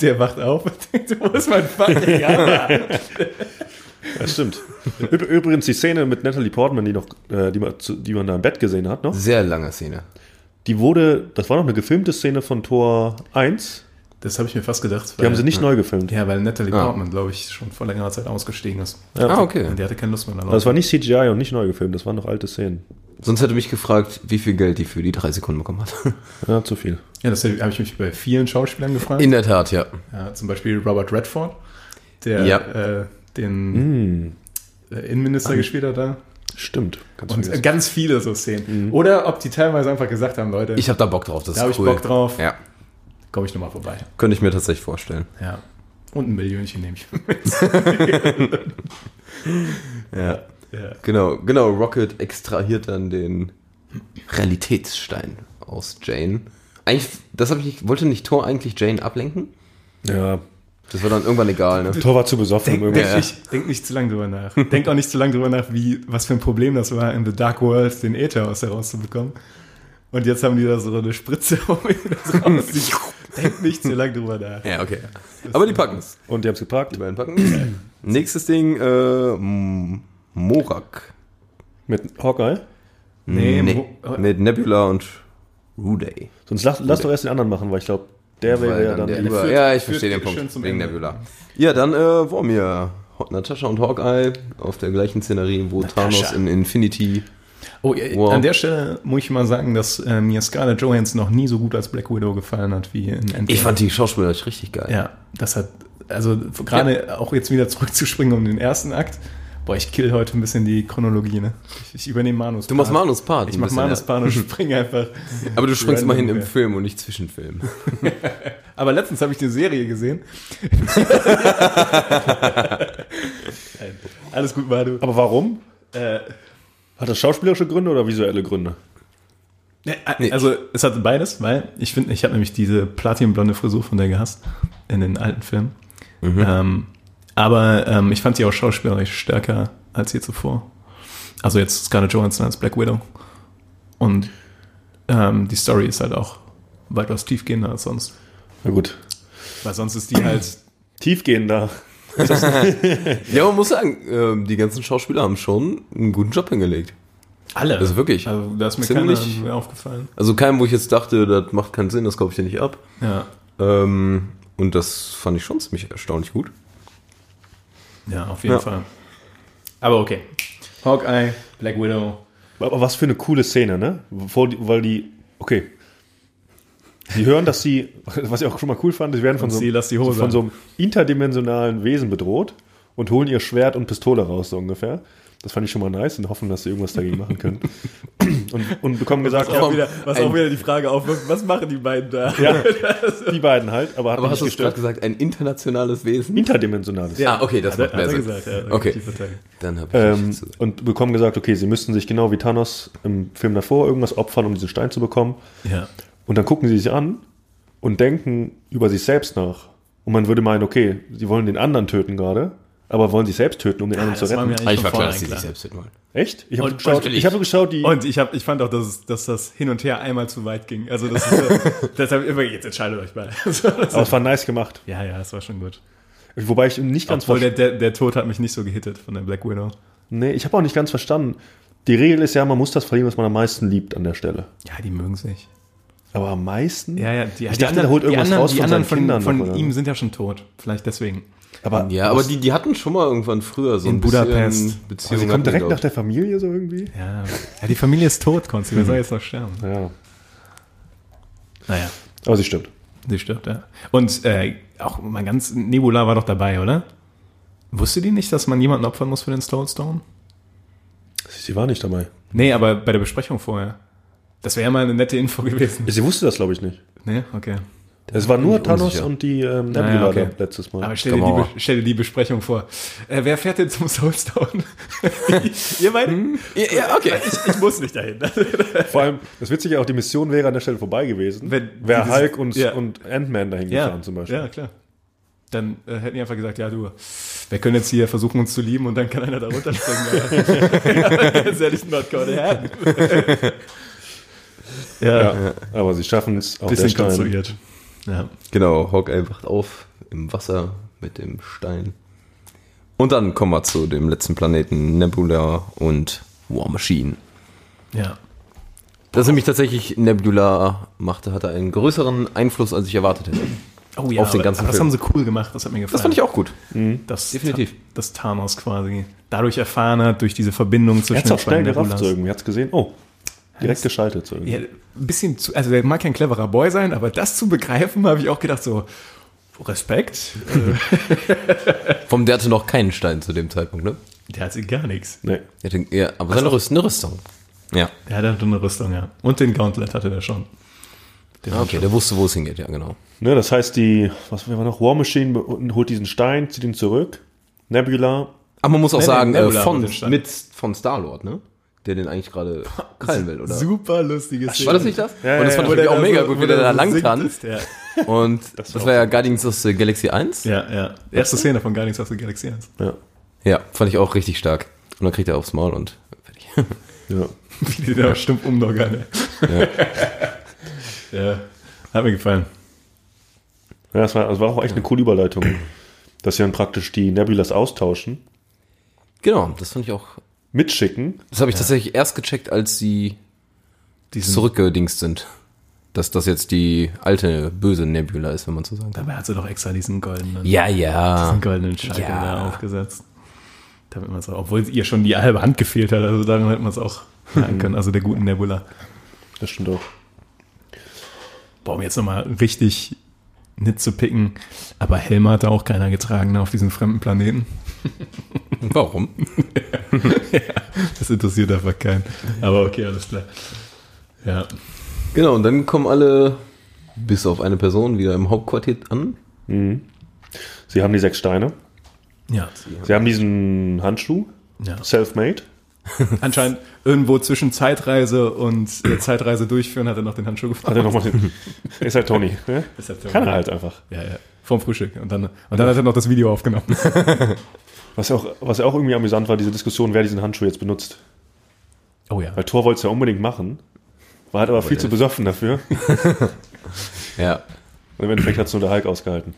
S1: Der wacht auf und denkt, wo ist mein fucking Hammer?
S6: Das stimmt. Üb- Übrigens die Szene mit Natalie Portman, die noch, äh, die, man, zu- die man da im Bett gesehen hat, noch,
S5: Sehr lange Szene.
S6: die wurde, das war noch eine gefilmte Szene von Tor 1.
S1: Das habe ich mir fast gedacht.
S6: Die haben sie nicht neu gefilmt.
S1: Ja, weil Natalie
S5: Ah.
S1: Portman, glaube ich, schon vor längerer Zeit ausgestiegen ist.
S5: Ah, okay.
S1: Und die hatte keine Lust mehr darauf.
S6: Das war nicht CGI und nicht neu gefilmt, das waren noch alte Szenen.
S5: Sonst hätte mich gefragt, wie viel Geld die für die drei Sekunden bekommen hat.
S6: Ja, zu viel.
S1: ja, das habe ich mich bei vielen Schauspielern gefragt.
S5: In der Tat, ja.
S1: ja, zum Beispiel Robert Redford, der
S5: Ja. Mhm.
S1: äh, den
S6: Hm,
S1: äh, Innenminister gespielt hat da.
S6: stimmt. Ganz
S1: Und äh,
S6: vergessen.
S1: ganz viele so Szenen. Oder ob die teilweise einfach gesagt haben, Leute,
S5: Mhm. Ich habe da Bock drauf. Das
S1: Da hab
S5: ist
S1: ich
S5: cool.
S1: Bock drauf.
S5: Ja.
S1: komme ich nochmal vorbei.
S5: Könnte ich mir tatsächlich vorstellen.
S1: Ja. Und ein Millionchen nehme ich.
S5: Ja.
S1: ja.
S5: Genau, genau. Rocket extrahiert dann den Realitätsstein aus Jane. Eigentlich, das habe ich nicht, wollte nicht Thor eigentlich Jane ablenken?
S6: ja,
S5: Das war dann irgendwann egal, ne?
S6: Tor war zu besoffen, um
S1: Denk,
S6: irgendwas.
S1: denk, nicht, denk nicht zu lange drüber nach. Denk auch nicht zu lange drüber nach, wie, was für ein Problem das war, in The Dark World den Äther aus der rauszubekommen. Und jetzt haben die da so eine Spritze, um ihn das rauszuziehen. Denk nicht zu lange drüber nach.
S5: Ja, okay. Aber die packen es.
S6: Und die haben es geparkt
S5: Die beiden packen es. Nächstes Ding, äh, M- Morak.
S6: mit Hawkeye.
S1: Nee,
S5: Nee,
S1: Mo-
S5: mit Nebula und Ruday.
S6: Sonst lass, lass doch erst den anderen machen, weil ich glaube, der wäre
S5: Weil
S6: ja dann.
S5: der
S1: der
S5: über,
S1: führt-
S5: ja, ich
S1: führt
S5: verstehe den
S1: schön
S5: Punkt.
S1: zum
S5: Wegen
S1: Ende.
S5: Nebula. Ja, dann äh, Vormir. Natascha und Hawkeye auf der gleichen Szenerie, wo Thanos in Infinity.
S1: Oh, äh,
S5: Wow.
S1: An der Stelle muss ich mal sagen, dass äh, mir Scarlett Johansson noch nie so gut als Black Widow gefallen hat wie in Endgame.
S5: Ich fand die schauspielerisch richtig geil.
S1: Ja, das hat, also gerade auch jetzt wieder zurückzuspringen um den ersten Akt. Boah, ich kill heute ein bisschen die Chronologie, ne? Ich, ich übernehme Manus.
S5: Du machst Manus Part.
S1: Ich
S5: ein
S1: mach
S5: bisschen,
S1: Manus
S5: ja.
S1: Part und spring einfach.
S5: Aber du springst
S1: Random,
S5: immerhin im
S1: ja.
S5: Film und nicht zwischen Filmen.
S1: Aber letztens habe ich die Serie gesehen. Alles gut, Manu.
S6: Aber warum?
S1: Äh,
S6: Hat das schauspielerische Gründe oder visuelle Gründe?
S1: ne, äh, also es hatte beides, weil ich finde, ich habe nämlich diese platinblonde Frisur von der gehasst in den alten Filmen. Ähm, aber ähm, ich fand sie auch schauspielerisch stärker als je zuvor. Also jetzt Scarlett Johansson als Black Widow. Und ähm, die Story ist halt auch weitaus tiefgehender als sonst.
S6: Na gut.
S1: Weil sonst ist die halt
S6: Tiefgehender.
S5: Ja, man muss sagen, ähm, die ganzen Schauspieler haben schon einen guten Job hingelegt.
S1: alle.
S5: Also wirklich.
S1: Also da ist mir
S5: Ziemlich-
S1: keiner mehr aufgefallen.
S5: Also keinem, wo ich jetzt dachte, das macht keinen Sinn, das kaufe ich dir nicht ab.
S1: Ja.
S5: Ähm, und das fand ich schon ziemlich erstaunlich gut.
S1: Ja, auf jeden
S5: Ja.
S1: Fall. Aber okay. Hawkeye, Black Widow.
S6: Aber was für eine coole Szene, ne? Vor, weil die, okay. Die hören, dass sie, was ich auch schon mal cool fand, sie werden von,
S1: Und
S6: so,
S1: sie
S6: einem-
S1: lässt die Hose
S6: von
S1: an.
S6: so einem interdimensionalen Wesen bedroht und holen ihr Schwert und Pistole raus, so ungefähr. Das fand ich schon mal nice und hoffen, dass sie irgendwas dagegen machen können. Und, und bekommen gesagt,
S1: Auch
S5: Komm,
S1: wieder, was auch
S5: ein-
S1: wieder die Frage aufwirft, was machen die beiden da?
S6: ja, die beiden halt, aber hat
S5: Aber
S6: mich
S5: hast du
S6: nicht
S5: es gerade
S6: gestört.
S5: gesagt, ein internationales Wesen?
S6: Interdimensionales.
S5: ah, okay, das macht
S1: Hat
S5: mehr
S1: er
S5: Sinn.
S1: gesagt, ja.
S5: okay,
S1: Die Verteidigung.
S5: dann habe ich
S6: Ähm,
S5: nichts zu sagen.
S6: und bekommen gesagt, okay, sie müssten sich genau wie Thanos im Film davor irgendwas opfern, um diesen Stein zu bekommen.
S1: Ja.
S6: Und dann gucken sie sich an und denken über sich selbst nach. Und man würde meinen, okay, sie wollen den anderen töten gerade, aber wollen sich selbst töten, um den anderen zu
S1: das war mir
S6: retten.
S5: Ah,
S1: eigentlich
S5: ich
S1: schon
S5: war
S1: vorher
S5: klar, dass sie sich
S1: klar.
S5: selbst töten wollen.
S6: Echt? Ich habe
S1: Und-
S6: geschaut,
S5: natürlich.
S6: ich hab geschaut, die.
S1: Und ich, hab, ich fand auch, dass, es, dass das hin und her einmal zu weit ging. Also das ist so, deshalb immer, jetzt entscheidet euch mal. So, das-
S6: aber es war nice gemacht.
S1: ja, ja, das war schon gut.
S6: Wobei ich nicht ganz
S1: Obwohl der,
S6: verstanden.
S1: der, der Tod hat mich nicht so gehittet von der Black Widow.
S6: Nee, ich habe auch nicht ganz verstanden. Die Regel ist ja, man muss das verlieren, was man am meisten liebt an der Stelle.
S1: Ja, die mögen sich.
S6: Aber am meisten?
S1: Ja, ja, die,
S6: ich
S1: die
S6: dachte, der holt irgendwas
S1: die anderen,
S6: raus
S1: die
S6: von
S1: anderen
S6: seinen
S1: von,
S6: Kindern.
S1: von
S6: noch, oder?
S1: ihm sind ja schon tot. Vielleicht deswegen.
S6: Aber
S5: Ja, aber die, die hatten schon mal irgendwann früher so
S1: In
S5: ein bisschen
S1: Budapest.
S5: Beziehung.
S6: sie kommt
S5: hatten,
S6: direkt
S5: glaub
S6: nach der Familie so irgendwie.
S1: Ja. ja, die Familie ist tot, Konzi.
S6: Hm.
S1: Wer soll jetzt noch sterben?
S6: Ja.
S1: Naja,
S6: Aber sie stimmt.
S1: sie stirbt, ja. Und äh, auch mal ganz, Nebula war doch dabei, oder? Wusste die nicht, dass man jemanden opfern muss für den Soul Stone?
S6: Sie war nicht dabei.
S1: Nee, aber bei der Besprechung vorher. Das wäre ja mal eine nette Info gewesen.
S6: Sie wusste das, glaube ich, nicht.
S1: Nee, okay.
S6: Es war nur
S5: ich
S6: Thanos
S5: unsicher.
S6: und die ähm,
S1: Naja,
S6: Nebula
S1: okay.
S6: da letztes Mal.
S1: Aber stell dir, die,
S5: Gamora.
S1: Be- stell dir die Besprechung vor. Äh, wer fährt denn zum Soulstone? Ihr beiden?
S5: Ja, ja, okay.
S1: Ich muss nicht dahin.
S6: Vor allem, das Witzige auch, die Mission wäre an der Stelle vorbei gewesen,
S1: Wenn-
S6: wäre
S1: dieses-
S6: Hulk und,
S1: ja.
S6: und Ant-Man dahin gefahren zum Beispiel.
S1: ja, klar. Dann äh, hätten die einfach gesagt, ja du, wir können jetzt hier versuchen uns zu lieben und dann kann einer da runterspringen. Ja. Ganz ehrlich, not gonna happen. ja,
S6: Ja, aber sie schaffen es auf
S1: bisschen
S6: der Stein.
S1: konstruiert. Ja.
S5: Genau, Hawkeye wacht auf im Wasser mit dem Stein. Und dann kommen wir zu dem letzten Planeten, Nebula und War Machine.
S1: ja.
S5: Das ist nämlich tatsächlich, Nebula machte, hatte einen größeren Einfluss, als ich erwartet hätte.
S1: Oh ja,
S5: Auf den
S1: aber,
S5: ganzen
S1: aber das haben
S5: Film.
S1: sie cool gemacht, das hat mir gefallen.
S5: Das fand ich auch gut.
S1: dass
S5: Definitiv.
S1: Ta- dass Thanos quasi dadurch erfahren hat, durch diese Verbindung
S6: Er hat
S1: zwischen
S6: es auch schnell gerafft,
S1: Nebulas.
S6: so irgendwie. Er hat es gesehen, oh, direkt geschaltet. So irgendwie.
S1: Ja, ein bisschen zu, also der mag kein cleverer Boy sein, aber das zu begreifen, habe ich auch gedacht so, Respekt,
S5: Vom der hatte noch keinen Stein zu dem Zeitpunkt, ne?
S1: der hat sie gar nichts.
S6: Nee.
S5: Er hatte, ja, aber seine Rüst, eine Rüstung. Ja.
S1: Der hatte halt eine Rüstung, ja. Und den Gauntlet hatte der schon. Den
S5: Ah, Okay, der wusste, wo es hingeht, ja, genau.
S6: Ne, das heißt, die, was war noch, War Machine be- holt diesen Stein, zieht ihn zurück. Nebula,
S5: Aber man muss
S1: Nee,
S5: auch
S1: nee,
S5: sagen, äh,
S1: Nebula
S5: von,
S1: mit dem Stein.
S5: mit, von Star-Lord, ne? Der den eigentlich gerade krallen will, oder?
S1: Super lustiges
S5: War das nicht das?
S6: Ja,
S5: und das
S6: ja,
S5: fand
S6: ja.
S5: ich natürlich auch mega gut, wie der da lang
S1: dran.
S5: dran.
S1: Ja.
S5: Und das, war ja Guardians of the Galaxy 1.
S1: ja, ja. Erste Szene von Guardians of the Galaxy 1.
S6: ja.
S5: Ja, fand ich auch richtig stark. Und dann kriegt er aufs Maul und fertig.
S6: ja.
S1: Wie die da stimmt um noch gar nicht. Ja. Hat mir gefallen.
S6: Ja, das war, also war auch echt eine coole Überleitung, dass sie dann praktisch die Nebulas austauschen,
S5: Genau, das fand ich auch.
S6: mitschicken.
S5: Das habe ich tatsächlich erst gecheckt, als sie
S1: Diesen,
S5: zurückgedingst sind. Dass das jetzt die alte böse Nebula ist, wenn man so sagen kann.
S1: Dabei hat sie doch extra diesen goldenen.
S5: Ja, ja.
S1: einen goldenen Scheitel
S5: Ja.
S1: da aufgesetzt. Damit man es auch, obwohl ihr schon die halbe Hand gefehlt hat, also daran hätte man es auch
S5: Mhm.
S1: merken können, also der guten Nebula.
S6: Das stimmt auch.
S1: Boah, um jetzt nochmal richtig nit zu picken, aber Helme hat da auch keiner getragen ne, auf diesem fremden Planeten.
S5: Warum?
S1: Das interessiert einfach keinen. Aber okay, alles klar. Ja,
S5: Genau, und dann kommen alle, bis auf eine Person, wieder im Hauptquartier an.
S6: Sie haben die sechs Steine.
S1: ja.
S6: Sie haben diesen Handschuh,
S1: ja.
S6: self-made.
S1: Anscheinend irgendwo zwischen Zeitreise und äh, Zeitreise durchführen hat er noch den Handschuh
S6: Hat
S1: gefahren.
S6: er nochmal den. Ist halt Tony. Ne?
S1: Ist halt Tony.
S6: Kann er halt einfach.
S1: Ja, ja. Vorm Frühstück. Und dann, und dann hat er noch das Video aufgenommen.
S6: Was auch, was auch irgendwie amüsant war, diese Diskussion, wer diesen Handschuh jetzt benutzt.
S1: Oh ja. Oh
S6: Weil Thor wollte es ja unbedingt machen, war halt aber viel zu besoffen dafür.
S5: Ja.
S6: Und im Endeffekt hat es nur der Hulk ausgehalten.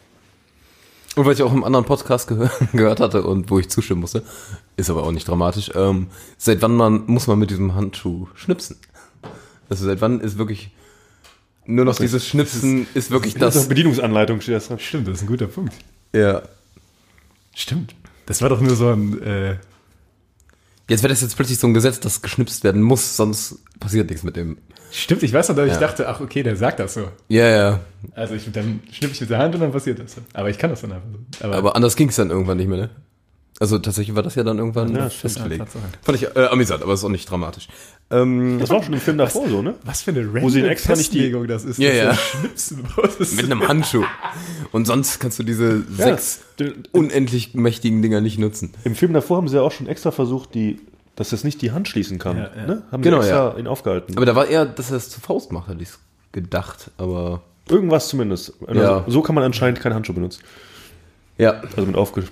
S5: Und was ich auch im anderen Podcast gehör gehört hatte und wo ich zustimmen musste, ist aber auch nicht dramatisch. Ähm, seit wann man muss man mit diesem Handschuh schnipsen? Also seit wann ist wirklich nur noch dieses Schnipsen ist, wirklich
S6: Das ist
S5: Also das?
S6: doch Bedienungsanleitung, steht das dran.
S1: Stimmt, das ist ein guter Punkt.
S5: Ja.
S1: Stimmt. Das war doch nur so ein. Äh,
S5: Jetzt wird das jetzt plötzlich so ein Gesetz, dass geschnipst werden muss, sonst passiert nichts mit dem.
S1: stimmt, ich weiß noch, dass ich
S5: Ja.
S1: dachte, ach okay, der sagt das so.
S5: Ja, ja.
S1: Also ich, dann schnipp ich mit der Hand und dann passiert das. so. Aber ich kann das dann einfach. so. Aber,
S5: Aber anders ging es dann irgendwann nicht mehr, ne? Also tatsächlich war das ja dann irgendwann
S6: Ja, stimmt.
S5: festgelegt.
S1: Ja, Tatsache.
S5: Fand ich äh, amüsant, aber ist auch nicht dramatisch. Ähm,
S6: Das war auch schon im Film davor so, ne?
S1: was für eine
S6: sie ihn
S1: random
S6: extra nicht die-
S1: Festlegung das ist.
S5: Ja,
S1: dass
S5: ja.
S1: er Schnipsen muss.
S5: mit einem Handschuh. Und sonst kannst du diese sechs
S6: d-
S5: unendlich mächtigen Dinger nicht nutzen.
S6: Im Film davor haben sie ja auch schon extra versucht, die, dass das nicht die Hand schließen kann.
S1: Ja, ja.
S6: Ne? Haben
S5: Genau,
S6: sie extra ihn aufgehalten.
S5: Aber da war eher, dass er es zu Faust macht, hätte ich gedacht. Aber
S6: Irgendwas zumindest. Also
S5: Ja.
S6: So kann man anscheinend keinen Handschuh benutzen.
S5: ja,
S6: Also mit aufgespreizter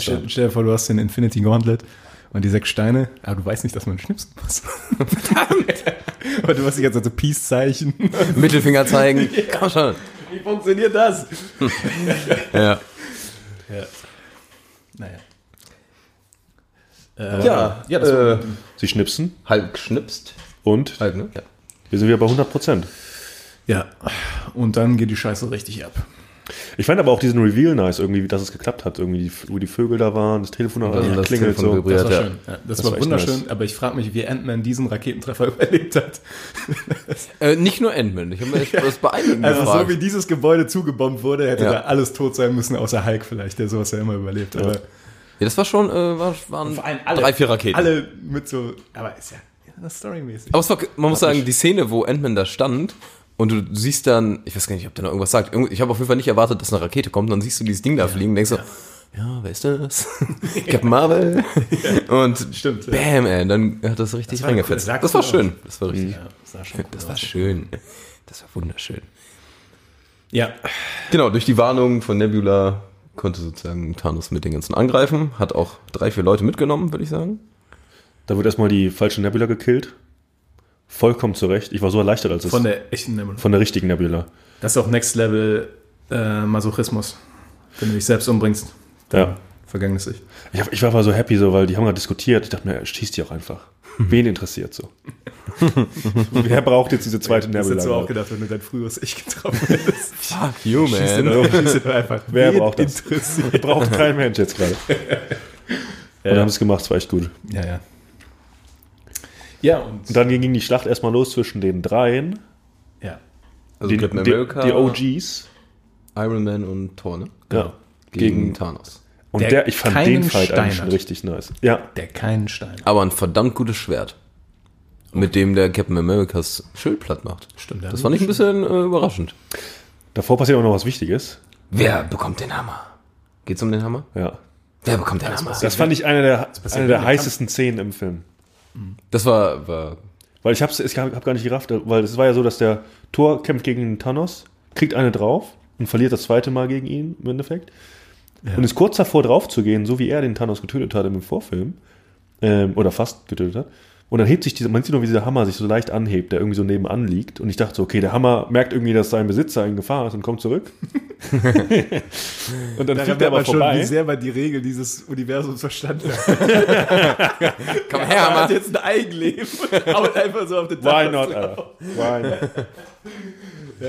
S1: Stell,
S6: Hand.
S1: stell dir vor, du hast den Infinity Gauntlet und die sechs Steine, aber du weißt nicht, dass man schnipsen muss. Verdammt! Aber du hast die ganze Zeit so Peace-Zeichen.
S5: Mittelfinger zeigen. Komm schon.
S1: Wie funktioniert das?
S5: Ja.
S1: Naja.
S5: Ja, ja das äh,
S6: Sie schnipsen
S5: halb geschnipst.
S6: und
S5: Halb, ne? Ja.
S6: wir sind wieder bei 100 Prozent.
S1: Ja, und dann geht die Scheiße richtig ab.
S6: Ich fand aber auch diesen Reveal nice, irgendwie, dass es geklappt hat. Irgendwie, die- wo die Vögel da waren, das Telefon hat
S5: Also
S6: ja,
S5: das
S6: klingelt
S5: Telefon
S6: so.
S5: vibriert.
S1: Das war
S5: Ja.
S1: schön. Ja, das,
S6: Das
S1: war,
S6: war echt
S1: wunderschön,
S6: nice.
S1: aber ich frage mich, wie Ant-Man diesen Raketentreffer überlebt hat.
S5: Äh, nicht nur Endman. Ich habe mir echt was bei einigen
S1: Also so
S5: gefragt.
S1: wie dieses Gebäude zugebombt wurde, hätte
S5: Ja.
S1: da alles tot sein müssen, außer Hulk vielleicht, der sowas ja immer überlebt. Aber
S5: ja, das war schon, äh, war, waren drei, vier Raketen.
S1: Alle mit so, aber ist ja, ja das ist storymäßig.
S5: Aber es war, man muss sagen, die Szene, wo Ant-Man da stand und du siehst dann, ich weiß gar nicht, ob der noch irgendwas sagt. Irgend- Ich habe auf jeden Fall nicht erwartet, dass eine Rakete kommt. Dann siehst du dieses Ding da fliegen und denkst so, ja, wer ist das? Captain Marvel. Und
S1: Stimmt, ja.
S5: bam, ey, dann hat das richtig
S1: war eine coole
S5: reingefetzt.
S1: Sache.
S5: Das war schön. Das war richtig.
S1: Ja, das sah schon cool
S5: Das
S1: aus.
S5: war schön. Das war wunderschön.
S1: ja,
S5: Genau, durch die Warnung von Nebula konnte sozusagen Thanos mit den ganzen angreifen. Hat auch drei, vier Leute mitgenommen, würde ich sagen.
S6: Da wird erstmal die falsche Nebula gekillt. Vollkommen zurecht. Ich war so erleichtert, als es
S1: von der echten Nebula.
S6: von der richtigen Nebula.
S1: Das ist auch Next Level äh, Masochismus. Wenn du dich selbst umbringst,
S6: Ja.
S1: vergangenes Ich.
S6: Ich, hab, ich war aber so happy, so, weil die haben gerade diskutiert. Ich dachte mir, schieß die auch einfach. Wen interessiert so? Wer braucht jetzt diese zweite
S1: Das
S6: Nebula?
S1: hättest du auch gedacht, wenn du dein früheres Ich getroffen hättest.
S5: Fuck you,
S1: Schießt ihn doch- schießt ihn doch einfach.
S6: Wer
S1: Wen
S6: braucht das?
S1: Interessiert.
S6: braucht kein Mensch jetzt gerade. Und haben es gemacht, es war echt gut.
S1: Ja, ja. Ja, und,
S6: Und dann ging die Schlacht erstmal los zwischen den dreien.
S1: ja.
S5: Also
S6: Den,
S5: Captain
S6: die,
S5: America,
S6: die OGs.
S5: Iron Man und Thor, ne?
S6: Ja.
S5: Gegen,
S6: Gegen,
S5: Thanos.
S6: und
S1: der
S6: der, ich fand
S1: keinen
S6: den Fight
S1: Stein
S6: eigentlich schon
S1: hat.
S6: richtig nice. Ja,
S1: Der keinen Stein.
S5: Aber ein verdammt gutes Schwert. Mit dem der Captain Americas Schild platt macht.
S1: Stimmt, ja.
S5: Das fand ich ein bisschen äh, überraschend.
S6: davor passiert auch noch was Wichtiges.
S5: Wer bekommt den Hammer? Geht's um den Hammer?
S6: Ja.
S5: Wer bekommt den Hammer?
S6: Das fand ich eine der, eine
S1: wie
S6: der
S1: im
S6: heißesten Szenen im Film.
S5: Das war, war
S6: Weil ich hab's, ich hab, hab gar nicht gerafft, weil es war ja so, dass der Thor kämpft gegen den Thanos, kriegt eine drauf und verliert das zweite Mal gegen ihn im Endeffekt. Und ist kurz davor drauf zu gehen, so wie er den Thanos getötet hat im Vorfilm. Ähm, oder fast getötet hat. Und dann hebt sich dieser, man sieht nur, wie dieser Hammer sich so leicht anhebt, der irgendwie so nebenan liegt. Und ich dachte so, okay, der Hammer merkt irgendwie, dass sein Besitzer in Gefahr ist und kommt zurück. und dann fliegt er aber vorbei.
S1: wie sehr man die Regel dieses Universums verstanden hat.
S5: Komm her, Hammer!
S1: jetzt ein Eigenleben. Aber einfach so auf den
S6: Why not, Alter? Why not?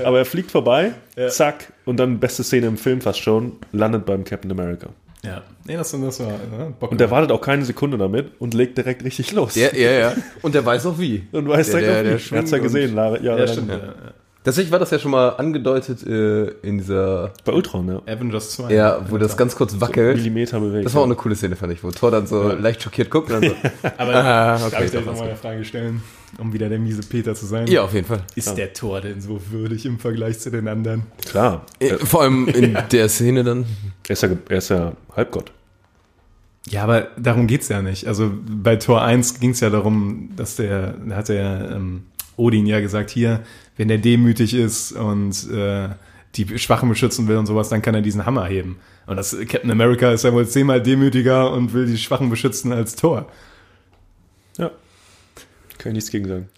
S6: Aber er fliegt vorbei, zack, und dann beste Szene im Film fast schon, landet beim Captain America.
S1: Ja. Nee, das, das war ne? Bock.
S6: Und der wartet auch keine Sekunde damit und legt direkt richtig los.
S5: Ja, ja, ja. Und der weiß auch wie.
S6: Und weiß
S5: der,
S6: direkt
S5: der,
S6: auch
S5: der
S6: nicht. Er hat's ja
S5: schwingt
S6: gesehen,
S5: und-
S6: Lara. Ja,
S1: ja,
S6: dann-
S1: stimmt. Ja.
S5: Tatsächlich war das ja schon mal angedeutet äh, in dieser,
S6: Bei Ultron, ja.
S1: Avengers 2.
S5: ja, wo das ganz kurz wackelt.
S6: Millimeter bewegt.
S5: Das war auch eine coole Szene, fand ich, wo Thor dann so leicht schockiert guckt und dann so.
S1: Aber
S5: Ah,
S1: darf ich
S5: okay,
S1: dir
S5: doch, alles
S1: nochmal eine Frage stellen, um wieder der miese Peter zu sein?
S5: ja, auf jeden Fall.
S1: Ist der Tor denn so würdig im Vergleich zu den anderen?
S6: Klar.
S5: Äh, Vor allem in der Szene dann.
S6: Er ist ja, ge- er ist ja Halbgott.
S1: Ja, aber darum geht's ja nicht. Also bei Tor 1 ging's ja darum, dass der, da hat der ähm, Odin ja gesagt, hier, wenn der demütig ist und äh, die Schwachen beschützen will und sowas, dann kann er diesen Hammer heben. Und das Captain America ist ja wohl zehnmal demütiger und will die Schwachen beschützen als Tor.
S6: Ja. Kann ich nichts gegen sagen.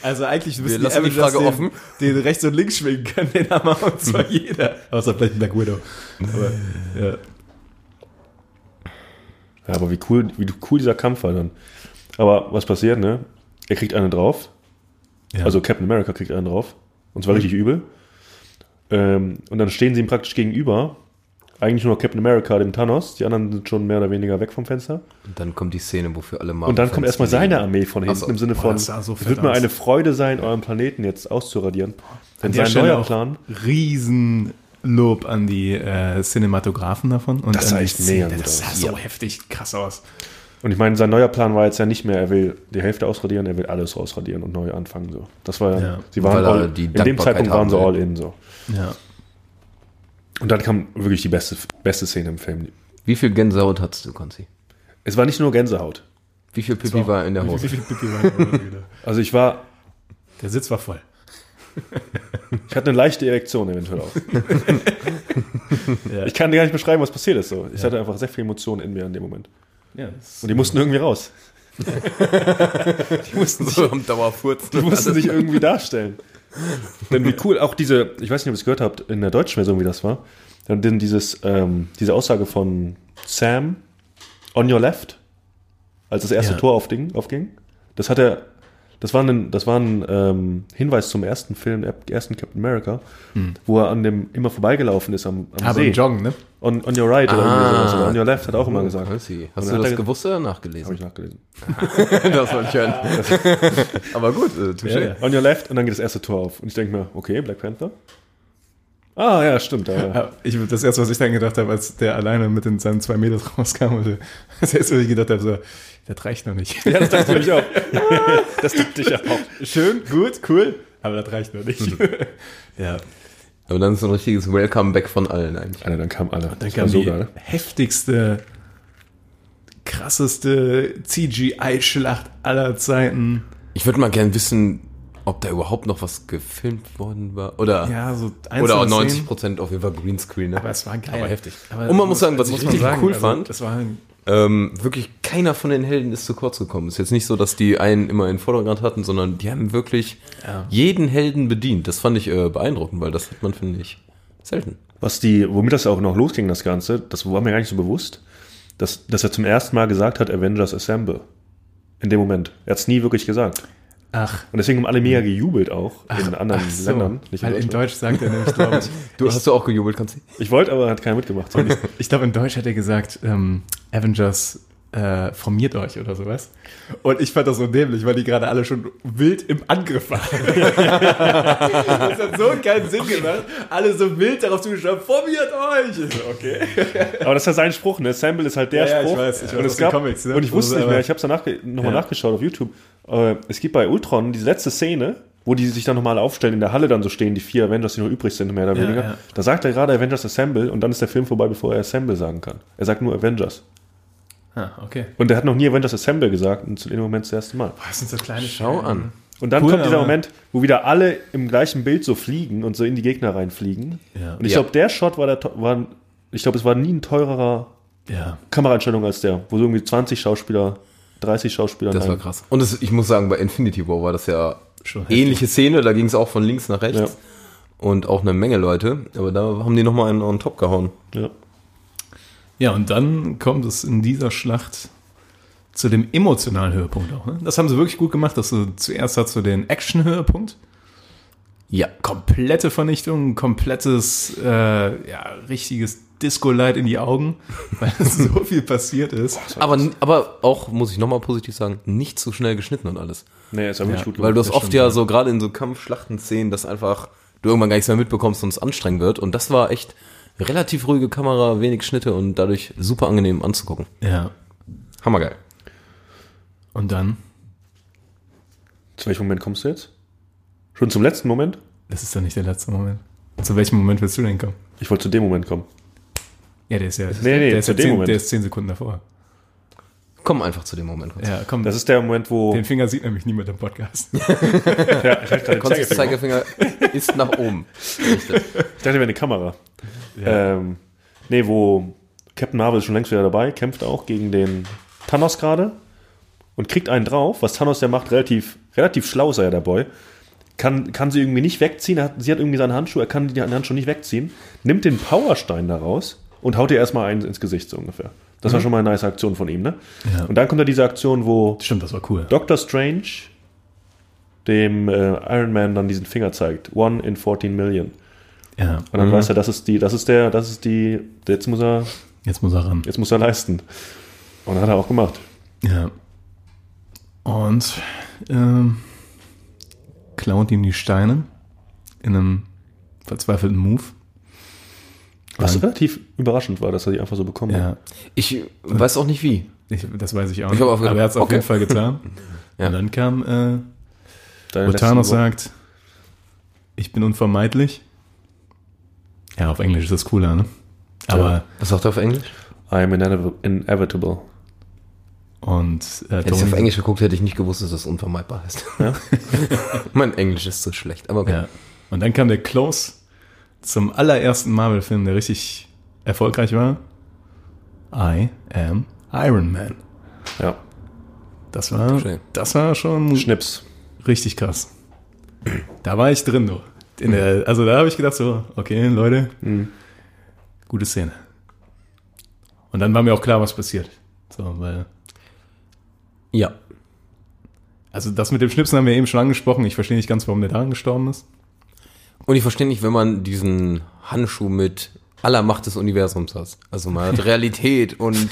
S1: Also eigentlich müssen
S5: lassen die Frage
S1: den,
S5: offen.
S1: den rechts und links schwingen können, den Hammer und zwar jeder. Außer vielleicht Black Widow. Aber, ja.
S6: Ja, aber wie cool, wie cool dieser Kampf war dann. Aber was passiert, ne? Er kriegt eine drauf.
S1: Ja. Mhm.
S6: Also Captain America kriegt einen drauf. Und zwar richtig übel. Ähm, und dann stehen sie ihm praktisch gegenüber. Eigentlich nur noch Captain America, dem Thanos. Die anderen sind schon mehr oder weniger weg vom Fenster.
S5: Und dann kommt die Szene, wofür alle mal.
S6: Und dann kommt erstmal seine Armee von hinten
S5: Ach so.
S6: im Sinne
S1: Also, Boah,
S6: von,
S1: das sah so
S6: es
S1: fett
S6: wird mir
S1: aus.
S6: eine Freude sein, euren Planeten jetzt auszuradieren. Denn
S1: An der
S6: sein
S1: Stelle
S6: neuer
S1: auch
S6: Plan,
S1: Riesenlob an die äh, Cinematografen davon. Und
S6: Das
S1: an
S6: sah
S1: die
S6: echt
S1: Szene.
S6: mega gut
S1: Das sah
S6: aus.
S1: so heftig krass aus.
S6: und ich meine, sein neuer Plan war jetzt ja nicht mehr, er will die Hälfte ausradieren, er will alles ausradieren und neu anfangen. So. Das war
S1: Ja.
S6: ja, sie waren
S5: Weil er
S6: all,
S5: die
S6: in dem
S5: Dankbarkeit
S6: Zeitpunkt waren
S5: haben
S6: sie
S5: will.
S6: all in. So.
S1: Ja.
S6: Und dann kam wirklich die beste, beste Szene im Film.
S5: Wie viel Gänsehaut hattest du, Konzi?
S6: Es war nicht nur Gänsehaut.
S5: Wie viel Pipi war in der Hose?
S6: Also ich war,
S1: Der Sitz war voll.
S6: ich hatte eine leichte Erektion eventuell auch. Ich kann dir gar nicht beschreiben, was passiert ist. So. Ich hatte einfach sehr viel Emotionen in mir in dem Moment.
S1: Ja,
S6: Und die mussten irgendwie raus. die mussten sich
S5: So am Also, Dauerfurzen.
S6: Die mussten sich irgendwie darstellen. Also- Denn wie cool, auch diese, ich weiß nicht, ob ihr es gehört habt, in der deutschen Version, wie das war, dann denn dieses, ähm, diese Aussage von Sam, on your left, als das erste
S1: Ja.
S6: Tor aufging, aufging, das hat er, Das war ein, das war ein ähm, Hinweis zum ersten Film, der ersten Captain America, wo er an dem immer vorbeigelaufen ist am, am
S1: Aber
S6: See.
S1: im Joggen, ne?
S6: On, on your right oder irgendwie
S1: Ah.
S6: sowas. Oder on your left hat er auch
S1: Oh,
S6: immer gesagt.
S5: Hast
S6: Und
S5: du
S6: dann Also, hat
S5: das
S6: er ge-
S5: gewusst oder
S6: Hab ich
S5: nachgelesen?
S6: nachgelesen.
S5: das wollte ich hören. Aber gut, äh,
S1: Ja,
S5: touché.
S1: ja.
S6: On your left und dann geht das erste Tor auf. Und ich denke mir, okay, Black Panther. Ah, ja, stimmt. Äh,
S1: Ja, Ich, das erste, was ich dann gedacht habe, als der alleine mit in seinen zwei Metern rauskam, also, das erste, was ich gedacht habe, so, das reicht noch nicht.
S6: ja, das dachte ich auch. das dachte ich auch.
S1: Schön, gut, cool, aber das reicht noch nicht.
S6: Mhm.
S1: ja,
S5: Aber dann ist ein richtiges Welcome-Back von allen eigentlich.
S6: Alter, dann kamen alle. Dann
S1: dann kam die heftigste, krasseste CGI-Schlacht aller Zeiten.
S5: Ich würde mal gern wissen, ob da überhaupt noch was gefilmt worden war. Oder,
S1: Ja, so
S5: oder auch
S1: einzelne
S5: 90
S1: Szenen.
S5: Prozent auf jeden Fall Greenscreen. Ne?
S1: Aber es war geil.
S5: Aber heftig.
S1: Aber
S5: Und man muss sagen, was ich
S1: man
S5: richtig cool
S1: also
S5: fand-
S1: Das war ein
S5: ähm, wirklich keiner von den Helden ist zu kurz gekommen. Ist jetzt nicht so, dass die einen immer in den Vordergrund hatten, sondern die haben wirklich jeden Helden bedient. Das fand ich äh, beeindruckend, weil das hat man, finde ich, selten.
S6: Was die, womit das auch noch losging, das Ganze, das war mir gar nicht so bewusst, dass, dass er zum ersten Mal gesagt hat, Avengers Assemble. In dem Moment. Er hat es nie wirklich gesagt.
S1: Ach,
S6: Und deswegen haben alle mega gejubelt auch in anderen
S1: Hm. ach so,
S6: Ländern. Nicht in
S1: weil in
S6: Deutschland.
S1: Deutsch sagt er nämlich, glaube ich,
S5: Du hast du auch gejubelt, kannst
S6: Ich wollte, aber hat keiner mitgemacht.
S1: Ich glaube, in Deutsch hat er gesagt, ähm, Avengers äh, formiert euch oder sowas. Und ich fand das so dämlich, weil die gerade alle schon wild im Angriff waren. das hat so keinen Sinn gemacht. Alle so wild darauf zugeschaut, formiert euch! Ich so, okay.
S6: aber das ist ja sein Spruch, ne? Assemble ist halt der
S1: Ja, ja, ich
S6: Spruch.
S1: weiß, ich weiß
S6: und,
S1: aus
S6: es
S1: den
S6: gab,
S1: Comics, ne?
S6: und ich wusste
S1: Also,
S6: nicht mehr,
S1: aber-
S6: ich habe es danach nochmal
S1: Ja.
S6: nachgeschaut auf YouTube. Äh, es gibt bei Ultron diese letzte Szene, wo die sich dann nochmal aufstellen, in der Halle dann so stehen, die vier Avengers, die noch übrig sind, mehr oder
S1: Ja,
S6: weniger.
S1: ja.
S6: Da sagt er gerade Avengers Assemble und dann ist der Film vorbei, bevor er Assemble sagen kann. Er sagt nur Avengers.
S1: Ah, okay.
S6: Und er hat noch nie Avengers Assemble gesagt und zu dem Moment das erste Mal.
S1: Das sind so kleine
S5: Schau an.
S6: Und dann
S1: Cool,
S6: kommt dieser
S1: aber-
S6: Moment, wo wieder alle im gleichen Bild so fliegen und so in die Gegner reinfliegen.
S1: Ja.
S6: Und ich
S5: Ja.
S6: glaube, der Shot war der teu- war, ich glaube, es war nie ein teurerer
S1: Ja.
S6: Kameraeinstellung als der, wo so irgendwie 20 Schauspieler, 30 Schauspieler.
S5: Das war
S6: rein-
S5: krass. Und das, ich muss sagen, bei Infinity War war das ja
S1: Schon heftig.
S5: ähnliche Szene, da ging es auch von links nach rechts.
S6: Ja.
S5: Und auch eine Menge Leute, aber da haben die nochmal einen on top gehauen.
S6: Ja.
S1: Ja, und dann kommt es in dieser Schlacht zu dem emotionalen Höhepunkt auch. Ne? Das haben sie wirklich gut gemacht, dass du zuerst hast du den Action-Höhepunkt.
S5: Ja,
S1: komplette Vernichtung, komplettes, äh, ja, richtiges Disco-Light in die Augen, weil so viel passiert ist.
S5: aber, aber auch, muss ich nochmal positiv sagen, nicht zu schnell geschnitten und alles.
S6: Nee, ist aber wirklich gut
S5: Weil du hast
S1: das
S5: oft
S1: stimmt,
S5: ja
S1: ja.
S5: so gerade in so Kampfschlachten-Szenen, dass einfach du irgendwann gar nichts mehr mitbekommst und es anstrengend wird. Und das war echt relativ ruhige Kamera, wenig Schnitte und dadurch super angenehm anzugucken.
S1: Ja.
S5: Hammergeil.
S1: Und dann,
S6: Zu welchem Moment kommst du jetzt? Schon zum letzten Moment?
S1: das ist doch nicht der letzte Moment. Zu welchem Moment willst du denn kommen?
S6: Ich wollte zu dem Moment kommen.
S1: Ja, der ist ja,
S6: nee,
S1: der,
S6: zu
S1: ist ja
S6: dem
S1: zehn,
S6: Moment.
S1: der ist zehn Sekunden davor.
S5: Komm einfach zu dem Moment. kurz.
S1: Ja, komm,
S6: Das ist der Moment, wo.
S1: den Finger sieht nämlich niemand im Podcast.
S6: ja, ich hatte gerade den
S5: Konstanz
S6: Zeigefinger.
S5: Zeigefinger ist nach oben. Richtig.
S6: Ich dachte, wäre eine Kamera. Ähm, nee, wo Captain Marvel ist schon längst wieder dabei, kämpft auch gegen den Thanos gerade und kriegt einen drauf. Was Thanos ja macht, relativ, relativ schlau sei er der Boy. Kann, kann sie irgendwie nicht wegziehen. Er Hat, sie hat irgendwie seinen Handschuh, er kann den Handschuh nicht wegziehen. Nimmt den Powerstein daraus und haut ihr erstmal einen ins Gesicht, so ungefähr. Das war schon mal eine nice Aktion von ihm, ne?
S1: Ja.
S6: Und dann kommt ja diese Aktion, wo
S1: Stimmt, das war cool.
S6: Doctor Strange dem äh, Iron Man dann diesen Finger zeigt. One in 14 Million.
S1: Ja, Mhm.
S6: Und dann weiß er, das ist die, das ist der, das ist die, jetzt muss er,
S1: jetzt muss er ran.
S6: jetzt muss er leisten. Und hat er auch gemacht.
S1: Ja. Und ähm, klaut ihm die Steine in einem verzweifelten Move.
S6: Was
S1: Nein.
S6: relativ überraschend war, dass er die einfach so bekommen hat.
S1: Ja,
S5: Ich weiß auch nicht wie.
S1: Ich, das weiß ich auch
S5: Ich
S1: nicht.
S5: hab auch gedacht,
S1: aber er hat es auf
S5: okay.
S1: jeden Fall getan.
S5: Ja.
S1: Und dann kam, äh,
S6: Deine
S1: wo
S6: letzten
S1: Thanos
S6: Wochen.
S1: sagt, ich bin unvermeidlich. Ja, auf Englisch ist das cooler, ne? Aber,
S5: Was sagt er auf Englisch?
S6: I'm inev- inevitable.
S1: und äh,
S5: Hätte ich auf
S1: Tony-
S5: Englisch geguckt, hätte ich nicht gewusst, dass das unvermeidbar ist. mein Englisch ist so schlecht, aber okay.
S1: Ja. Und dann kam der Close zum allerersten Marvel-Film, der richtig erfolgreich war. I am Iron Man.
S6: Ja.
S1: Das war,
S5: Schön.
S1: das war schon
S6: Schnips.
S1: Richtig krass. Da war ich drin, du. In der, also da habe ich gedacht so, okay, Leute, gute Szene. Und dann war mir auch klar, was passiert. So, weil
S5: Ja.
S1: Also das mit dem Schnipsen haben wir eben schon angesprochen. Ich verstehe nicht ganz, warum der daran gestorben ist.
S5: Und ich verstehe nicht, wenn man diesen Handschuh mit aller Macht des Universums hat. Also man hat Realität und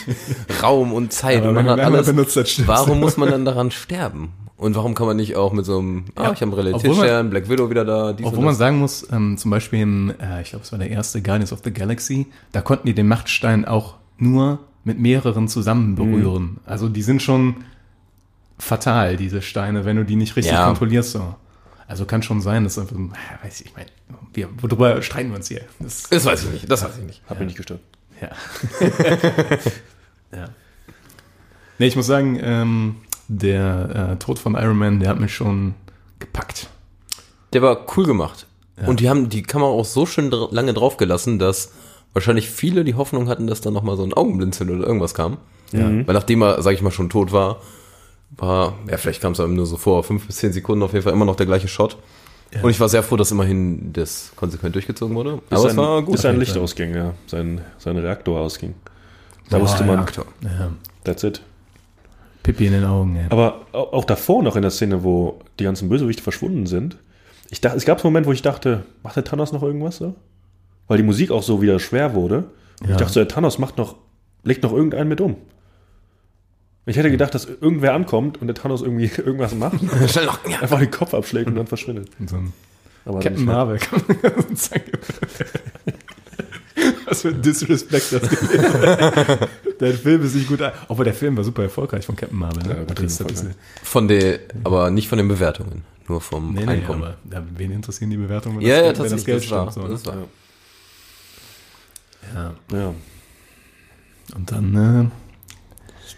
S5: Raum und Zeit
S1: Aber
S5: und
S1: wenn
S5: man hat
S1: man einmal
S5: alles.
S1: benutzt hat, stimmt's.
S5: Warum muss man dann daran sterben? Und warum kann man nicht auch mit so einem, ah, ich habe einen
S1: obwohl man-
S5: Realitätsstern, Black Widow wieder da, dies
S1: Obwohl
S5: und
S1: man
S5: das.
S1: sagen muss, ähm, zum Beispiel in, äh, ich glaube, es war der erste Guardians of the Galaxy, da konnten die den Machtstein auch nur mit mehreren zusammen berühren. Also die sind schon fatal, diese Steine, wenn du die nicht richtig
S5: Ja.
S1: kontrollierst. So. Also kann schon sein, dass einfach, so, äh, weiß ich, ich meine, wir, worüber streiten wir uns hier? Das,
S5: Das weiß ich nicht, das weiß ich nicht.
S6: Hat mich nicht gestört.
S1: ja. ja. Nee, ich muss sagen, ähm, der äh, Tod von Iron Man, der hat mich schon gepackt.
S5: Der war cool gemacht. Und die haben die Kamera auch so schön dr lange drauf gelassen, dass wahrscheinlich viele die Hoffnung hatten, dass da nochmal so ein Augenblinzeln oder irgendwas kam. Weil nachdem er, sag ich mal, schon tot war, war, ja, vielleicht kam es einem nur so vor, fünf bis zehn Sekunden auf jeden Fall immer noch der gleiche Shot. Und ich war sehr froh, dass immerhin das konsequent durchgezogen wurde. Aber es
S6: ein,
S5: war gut.
S6: Bis ein Licht ausging, ja. Sein, sein Reaktor ausging. Da
S1: Boah,
S6: wusste man,
S5: Aktor.
S1: Oh, Ja.
S6: that's it.
S1: Pippi in den Augen, ey.
S6: Aber au- auch davor noch in der Szene, wo die ganzen Bösewichte verschwunden sind, ich dachte, es gab so einen Moment, wo ich dachte, macht der Thanos noch irgendwas so? Weil die Musik auch so wieder schwer wurde. Und
S1: Ja.
S6: Ich dachte so, der Thanos macht noch, legt noch irgendeinen mit um. Ich hätte gedacht, dass irgendwer ankommt und der Thanos irgendwie irgendwas macht,
S5: Schnell noch. Ja.
S6: einfach den Kopf abschlägt und dann verschwindet.
S1: So ein
S6: Aber ne?
S1: Captain
S6: dann-
S1: Marvel kann man ganz sagen. Was für ein Disrespect das gewesen ist. Der Film ist nicht gut. ein- Obwohl der Film war super erfolgreich von Captain Marvel. Ne?
S6: Ja,
S1: Hat jetzt ein bisschen-
S5: Von der, aber nicht von den Bewertungen, nur vom
S1: nee, nee,
S5: Einkommen.
S1: aber ja, wen interessieren die Bewertungen, wenn
S5: ja, ja,
S1: Geld- wenn
S5: tatsächlich,
S1: Geld
S5: das, war,
S1: stimmt, so, ne?
S5: das war.
S1: ja.
S6: Ja.
S1: Und dann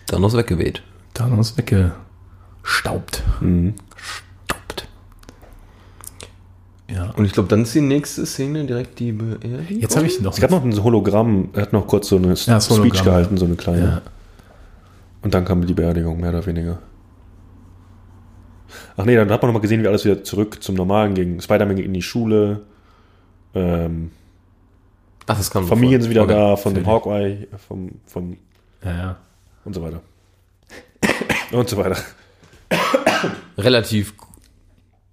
S5: Thanos weggeweht.
S1: äh, Thanos weggestaubt.
S6: Mhm.
S1: Staubt. Ja.
S5: Und ich glaube, dann ist die nächste Szene direkt die Beerdigung.
S1: Jetzt habe ich noch.
S6: Es gab noch ein Hologramm, er hat noch kurz so eine
S1: das
S6: Speech
S1: Hologramm.
S6: gehalten, so eine kleine.
S1: ja.
S6: Und dann kam die Beerdigung, mehr oder weniger. Ach nee, dann hat man nochmal gesehen, wie alles wieder zurück zum Normalen ging. Spider-Man ging in die Schule. Ähm,
S5: Ach, das kam
S6: Familien sind wieder
S5: Okay.
S6: da, von dem Hawkeye, vom, vom
S1: Ja, ja.
S6: und so weiter. und so weiter.
S5: Relativ,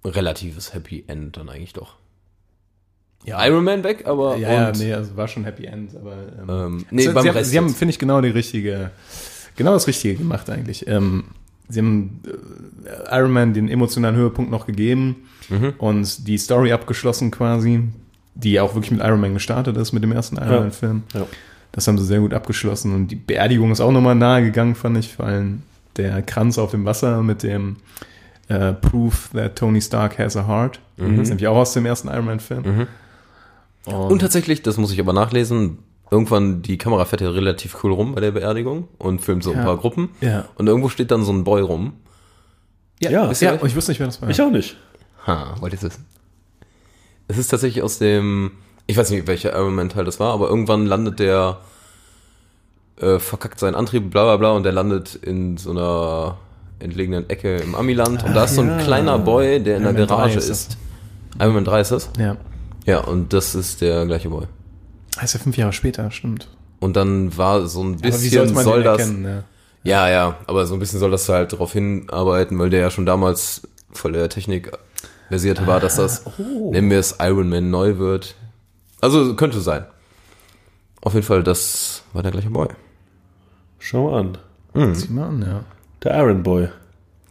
S5: relatives Happy End dann eigentlich doch. Ja, Iron Man weg, aber.
S1: Ja, ja,
S5: und,
S1: nee, also war schon Happy End, aber ähm,
S5: Ähm, nee,
S1: sie,
S5: beim
S1: sie, haben-
S5: Rest.
S1: sie haben,
S5: jetzt.
S1: finde ich, genau die richtige, genau das Richtige gemacht eigentlich. Ähm, sie haben äh, Iron Man den emotionalen Höhepunkt noch gegeben und die Story abgeschlossen quasi, die auch wirklich mit Iron Man gestartet ist, mit dem ersten Iron
S6: Ja.
S1: Man-Film.
S6: Ja.
S1: Das haben sie sehr gut abgeschlossen und die Beerdigung ist auch nochmal nahe gegangen, fand ich, vor allem der Kranz auf dem Wasser mit dem äh, Proof that Tony Stark has a heart. Das ist nämlich auch aus dem ersten Iron Man-Film.
S5: und tatsächlich, das muss ich aber nachlesen, irgendwann die Kamera fährt ja relativ cool rum bei der Beerdigung und filmt so ein
S1: Ja.
S5: paar Gruppen.
S1: Ja.
S5: Und irgendwo steht dann so ein Boy rum.
S6: Ja,
S1: Ja, und ich wusste nicht, wer das war.
S6: ich auch nicht.
S5: Ha, wollt ihr es wissen? Es ist tatsächlich aus dem, ich weiß nicht, welcher Iron Man Teil das war, aber irgendwann landet der, äh, verkackt seinen Antrieb, bla bla bla, und der landet in so einer entlegenen Ecke im Amiland. Und da ist so ein
S6: ja.
S5: kleiner Boy, der in
S1: Ah, Iron
S5: der
S1: Man 3
S5: Garage
S1: ist das.
S5: ist. Iron Man 3 ist das?
S1: ja.
S5: Ja, und das ist der gleiche Boy.
S1: Heißt ja fünf Jahre später, stimmt.
S5: Und dann war so ein
S1: Aber wie sollte
S5: bisschen,
S1: man
S5: soll
S1: den
S5: das,
S1: erkennen? Ja.
S5: ja, ja, aber so ein bisschen soll das halt darauf hinarbeiten, weil der ja schon damals voll der Technik versierte war, dass das,
S1: Ah, oh.
S5: nennen wir es Iron Man neu wird. Also könnte sein. Auf jeden Fall, das war der gleiche Boy.
S6: Schau mal an.
S5: Hm.
S1: Sieh mal an, ja.
S6: Der Iron Boy.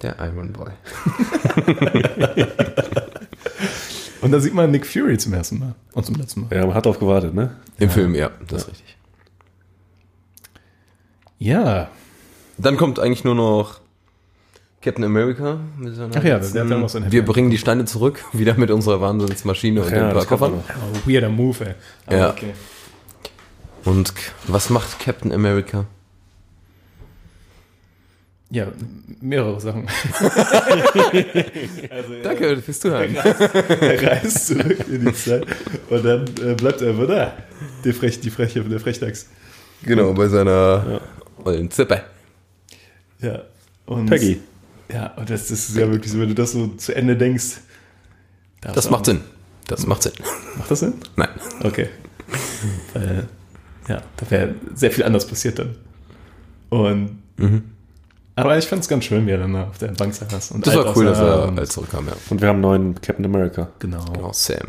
S5: Der Iron Boy.
S1: Und da sieht man Nick Fury zum ersten Mal. Und zum letzten Mal.
S6: Ja, man hat drauf gewartet, ne?
S5: Im Film, ja, das ist richtig.
S1: Ja.
S5: Dann kommt eigentlich nur noch Captain America mit seiner
S1: Ach ja,
S5: letzten-
S1: der hat ja noch sein Happy
S5: Wir
S1: End.
S5: bringen die Steine zurück, wieder mit unserer Wahnsinnsmaschine und
S6: Ja,
S5: ein paar
S6: das kommt auch
S5: Koffern.
S6: noch.
S1: Aber Oh, weirder Move, ey. Aber
S5: Ja.
S1: Okay.
S5: Und k- was macht Captain America?
S1: Ja, mehrere Sachen.
S5: Danke fürs Zuhören.
S1: Er reist zurück in die Zeit und dann äh, bleibt er aber da. Der Frech, die Freche, der Frechdachs.
S5: Genau, bei seiner ollen Zippe.
S1: Ja. Und,
S6: Peggy.
S1: Ja, und das, das ist ja wirklich so, wenn du das so zu Ende denkst. darfst
S5: Das
S1: du
S5: macht
S1: auch-
S5: Sinn. Das macht Sinn.
S1: Macht das Sinn?
S5: Nein.
S1: Okay. Weil,
S5: Mhm.
S1: ja, da wäre sehr viel anders passiert dann. Und Aber ich fand es ganz schön, wie er dann da auf der Bank saß. Und
S5: Das
S1: alt
S5: war cool, dass
S1: aussah
S5: er
S1: und-
S5: halt zurückkam, ja.
S6: Und wir haben einen neuen Captain America.
S1: Genau.
S5: Genau, Sam.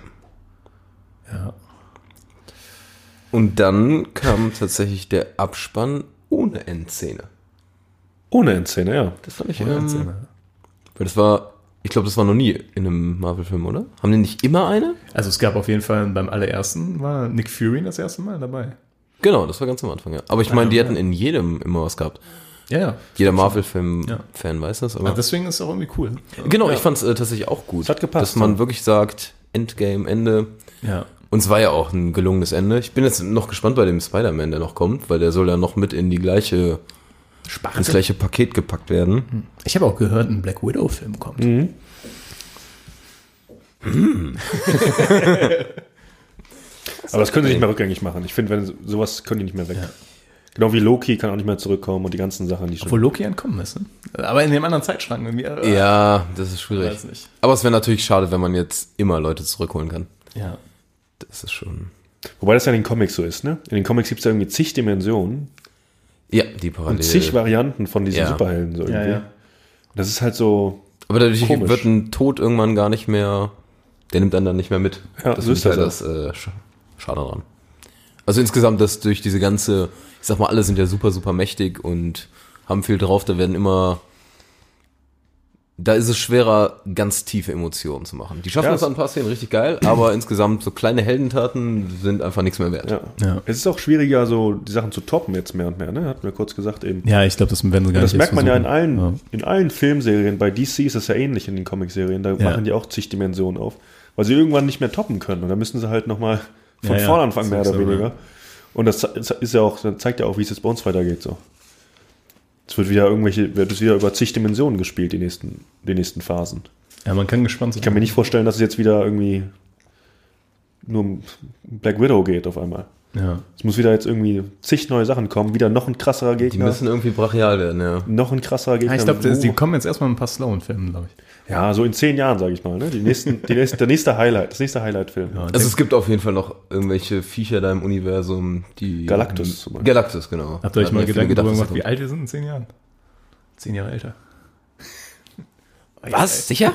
S1: Ja.
S5: Und dann kam tatsächlich der Abspann ohne Endszene.
S6: Ohne Endszene, ja.
S5: Das fand ich ähm, Weil das war, ich glaube, das war noch nie in einem Marvel-Film, oder? Haben die nicht immer eine?
S1: Also es gab auf jeden Fall beim allerersten war Nick Fury das erste Mal dabei.
S5: Genau, das war ganz am Anfang, ja. Aber ich meine, die hatten in jedem immer was gehabt.
S1: Ja, ja.
S5: Jeder Marvel-Film-Fan
S1: Ja.
S5: weiß das, aber.
S1: Und deswegen ist es auch irgendwie cool.
S5: genau, ich fand es äh, tatsächlich auch gut.
S6: hat gepasst,
S5: Dass man
S6: ja.
S5: wirklich sagt, Endgame, Ende.
S1: Ja.
S5: Und es war ja auch ein gelungenes Ende. Ich bin jetzt noch gespannt bei dem Spider-Man, der noch kommt, weil der soll ja noch mit in die gleiche, ins gleiche Paket gepackt werden.
S1: Ich habe auch gehört, ein Black Widow-Film kommt.
S5: Mhm.
S6: Aber das können sie nicht mehr rückgängig machen. Ich finde, wenn sowas können die nicht mehr weg. Genau wie Loki kann auch nicht mehr zurückkommen und die ganzen Sachen, die schon.
S1: Wo Loki entkommen ist, ne? Aber in dem anderen Zeitschrank irgendwie. äh,
S5: Ja, das ist schwierig.
S1: Weiß nicht.
S5: Aber es wäre natürlich schade, wenn man jetzt immer Leute zurückholen kann.
S1: Ja.
S5: Das ist schon.
S6: Wobei das ja in den Comics so ist, ne? In den Comics gibt es ja irgendwie zig Dimensionen
S5: Ja, die
S6: und
S5: Parallele.
S6: zig Varianten von diesen
S5: Ja.
S6: Superhelden so irgendwie.
S1: Ja, ja.
S6: Das ist halt so.
S5: Aber dadurch
S6: Komisch.
S5: wird ein Tod irgendwann gar nicht mehr. Der nimmt einen dann nicht mehr mit.
S6: Ja, so
S5: finde
S6: ist
S5: ich halt
S6: das
S5: das äh, sch- schade dran. Also insgesamt, dass durch diese ganze, ich sag mal, alle sind ja super, super mächtig und haben viel drauf, da werden immer. Da ist es schwerer, ganz tiefe Emotionen zu machen. Die schaffen
S6: Ja,
S5: das
S6: es-
S5: an ein paar Szenen richtig geil, aber insgesamt so kleine Heldentaten sind einfach nichts mehr wert.
S6: Ja.
S1: Ja.
S6: Es ist auch schwieriger, so die Sachen zu toppen jetzt mehr und mehr, ne? Hatten wir kurz gesagt eben.
S1: Ja, ich glaube, das werden sie gar
S6: Das
S1: nicht
S6: merkt
S1: erst
S6: man ja in
S1: versuchen.
S6: allen,
S1: Ja.
S6: in allen Filmserien. Bei DC ist das ja ähnlich in den Comicserien. Da machen die auch zig Dimensionen auf, weil sie irgendwann nicht mehr toppen können. Und da müssen sie halt nochmal von
S1: Ja, ja.
S6: vorne anfangen,
S1: So
S6: mehr
S1: ist
S6: oder
S1: aber-
S6: weniger. Und das ze- ist ja auch, das zeigt ja auch, wie es jetzt bei uns weitergeht. So. Es wird wieder irgendwelche, wird es wieder über zig Dimensionen gespielt, die nächsten, die nächsten Phasen.
S1: Ja, man kann gespannt sein.
S6: Ich kann mir nicht vorstellen, dass es jetzt wieder irgendwie nur um Black Widow geht auf einmal.
S1: ja.
S6: Es muss wieder jetzt irgendwie zig neue Sachen kommen, wieder noch ein krasserer
S5: Die
S6: Gegner.
S5: müssen irgendwie brachial werden, ja.
S6: Noch ein krasserer
S1: ja,
S6: Gegner.
S1: Ah, ich glaube,
S6: Oh.
S1: die kommen jetzt erstmal mit ein paar slowen Filmen, glaube ich.
S6: Ja, so in zehn Jahren, sage ich mal. Ne? Die nächsten, die nächste, der nächste Highlight, das nächste Highlight-Film. Ja.
S5: Also es gibt auf jeden Fall noch irgendwelche Viecher da im Universum, die...
S6: Galactus zum Beispiel.
S5: Galactus, genau.
S1: Habt ihr euch
S5: Hat
S1: mal
S5: mir viele
S1: Gedanken darüber
S5: dass
S1: gemacht, wie
S5: das
S1: alt wir sind in zehn Jahren? Zehn Jahre älter.
S5: kommt. Was? Sicher?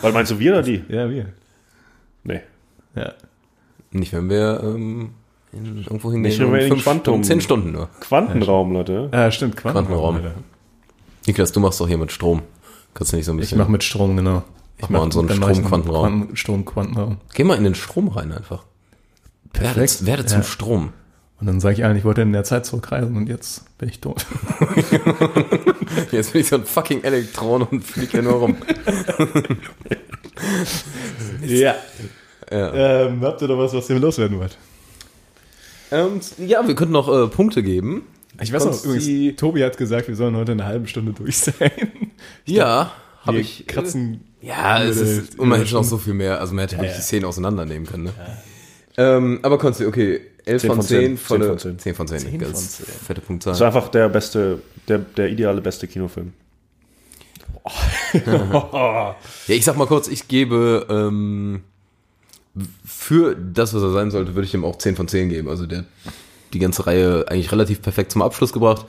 S6: Weil meinst du wir oder die?
S1: Ja, wir.
S6: Nee.
S1: Ja.
S5: Nicht, wenn wir ähm, in, irgendwo hingehen.
S6: Nicht, wenn wir in den Quantum-
S5: Stunden, zehn Stunden nur.
S6: Quantenraum, Leute.
S1: Ah, stimmt, Quantenraum.
S5: Quantenraum.
S1: Alter.
S5: Niklas, du machst doch hier mit Strom. Kannst du nicht so ein
S1: Ich
S5: bisschen...
S1: mache mit Strom, genau. Ich
S5: Mach mal so einen
S1: dann mach ich
S5: Stromquantenraum.
S1: Quanten- Stromquantenraum.
S5: Geh mal in den Strom rein einfach. Werde,
S1: Perfekt.
S5: werde
S1: Ja.
S5: zum Strom.
S1: Und dann sage ich allen, ich wollte in der Zeit zurückreisen und jetzt bin ich tot.
S5: Jetzt bin ich so ein fucking Elektron und fliege hier nur rum.
S1: ja.
S5: Ja.
S1: Ähm, habt ihr doch was, was ihr loswerden wollt?
S5: Ähm, ja, wir könnten noch äh, Punkte geben.
S1: Ich weiß noch,
S5: Konsti-
S1: übrigens, Tobi hat gesagt, wir sollen heute eine halbe Stunde durch sein.
S5: ja, habe
S1: Wir
S5: ich... äh,
S1: kratzen.
S5: Ja, es
S1: Über-
S5: ist,
S1: über-
S5: und man hätte noch so viel mehr, also man hätte wirklich
S1: ja.
S5: die Szenen auseinandernehmen können. Ne? Ähm, aber Konsti, okay, 11
S6: 10
S5: von
S6: von 10,
S5: 10, volle,
S6: 10 von
S5: von 10,
S6: 10.
S5: von 10, 10
S1: von
S5: ganz fette Punktzahl.
S6: Das war einfach der beste, der, der ideale beste Kinofilm.
S5: Ja, ich sag mal kurz, ich gebe ähm, für das, was er sein sollte, würde ich ihm auch 10 von 10 geben. Also der hat die ganze Reihe eigentlich relativ perfekt zum Abschluss gebracht,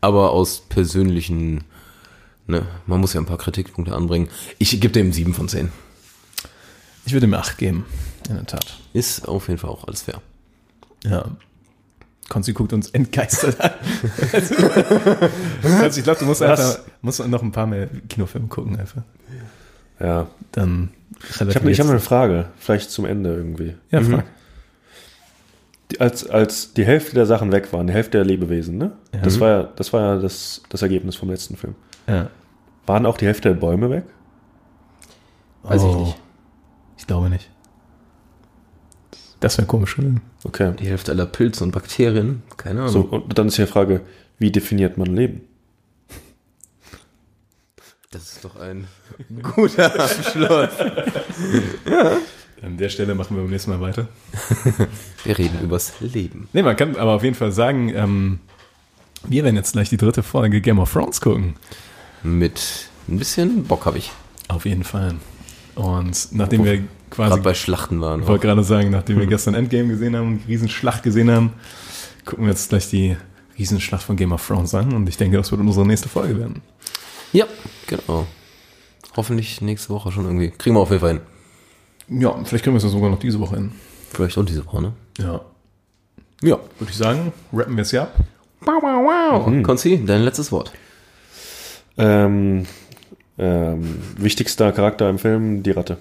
S5: aber aus persönlichen, ne, man muss ja ein paar Kritikpunkte anbringen. Ich gebe dem 7 von 10.
S1: Ich würde mir acht geben, in der Tat.
S5: Ist auf jeden Fall auch alles fair.
S1: Ja. Konzi guckt uns entgeistert an. also, ich glaube, du musst
S6: Was?
S1: einfach musst noch ein paar mehr Kinofilme gucken, einfach.
S6: Ja.
S1: Dann
S6: Ich habe ich hab eine Frage, vielleicht zum Ende irgendwie.
S1: Ja, frag.
S6: Die- Als, als die Hälfte der Sachen weg waren, die Hälfte der Lebewesen, ne?
S1: Ja.
S6: Das war ja, das, war ja das, das Ergebnis vom letzten Film.
S1: Ja.
S6: Waren auch die Hälfte der Bäume weg?
S5: Weiß ich nicht.
S1: Oh. Ich glaube nicht. Das wäre komisch gewesen.
S6: Okay.
S5: Die Hälfte aller Pilze und Bakterien, keine Ahnung.
S6: So, und dann ist die Frage, wie definiert man Leben?
S5: Das ist doch ein guter Abschluss.
S1: An der Stelle machen wir beim nächsten Mal weiter.
S5: Wir reden übers Leben.
S1: Nee, man kann aber auf jeden Fall sagen, ähm, wir werden jetzt gleich die dritte Folge Game of Thrones gucken.
S5: Mit ein bisschen Bock habe ich.
S1: Auf jeden Fall. Und nachdem wir quasi,
S5: Gerade bei Schlachten waren.
S1: ich wollte gerade sagen, nachdem wir gestern Endgame gesehen haben und die Riesenschlacht gesehen haben, gucken wir jetzt gleich die Riesenschlacht von Game of Thrones an und ich denke, das wird unsere nächste Folge werden.
S5: Ja, genau. Hoffentlich nächste Woche schon irgendwie. Kriegen wir auf jeden Fall hin.
S1: Ja, vielleicht können wir es ja sogar noch diese Woche hin.
S5: Vielleicht auch diese Woche, ne?
S1: Ja.
S5: Ja.
S1: Würde ich sagen, rappen wir es ja ab.
S5: Wow, wow, wow. Konzi, dein letztes Wort.
S6: Ähm, ähm, wichtigster Charakter im Film, die Ratte.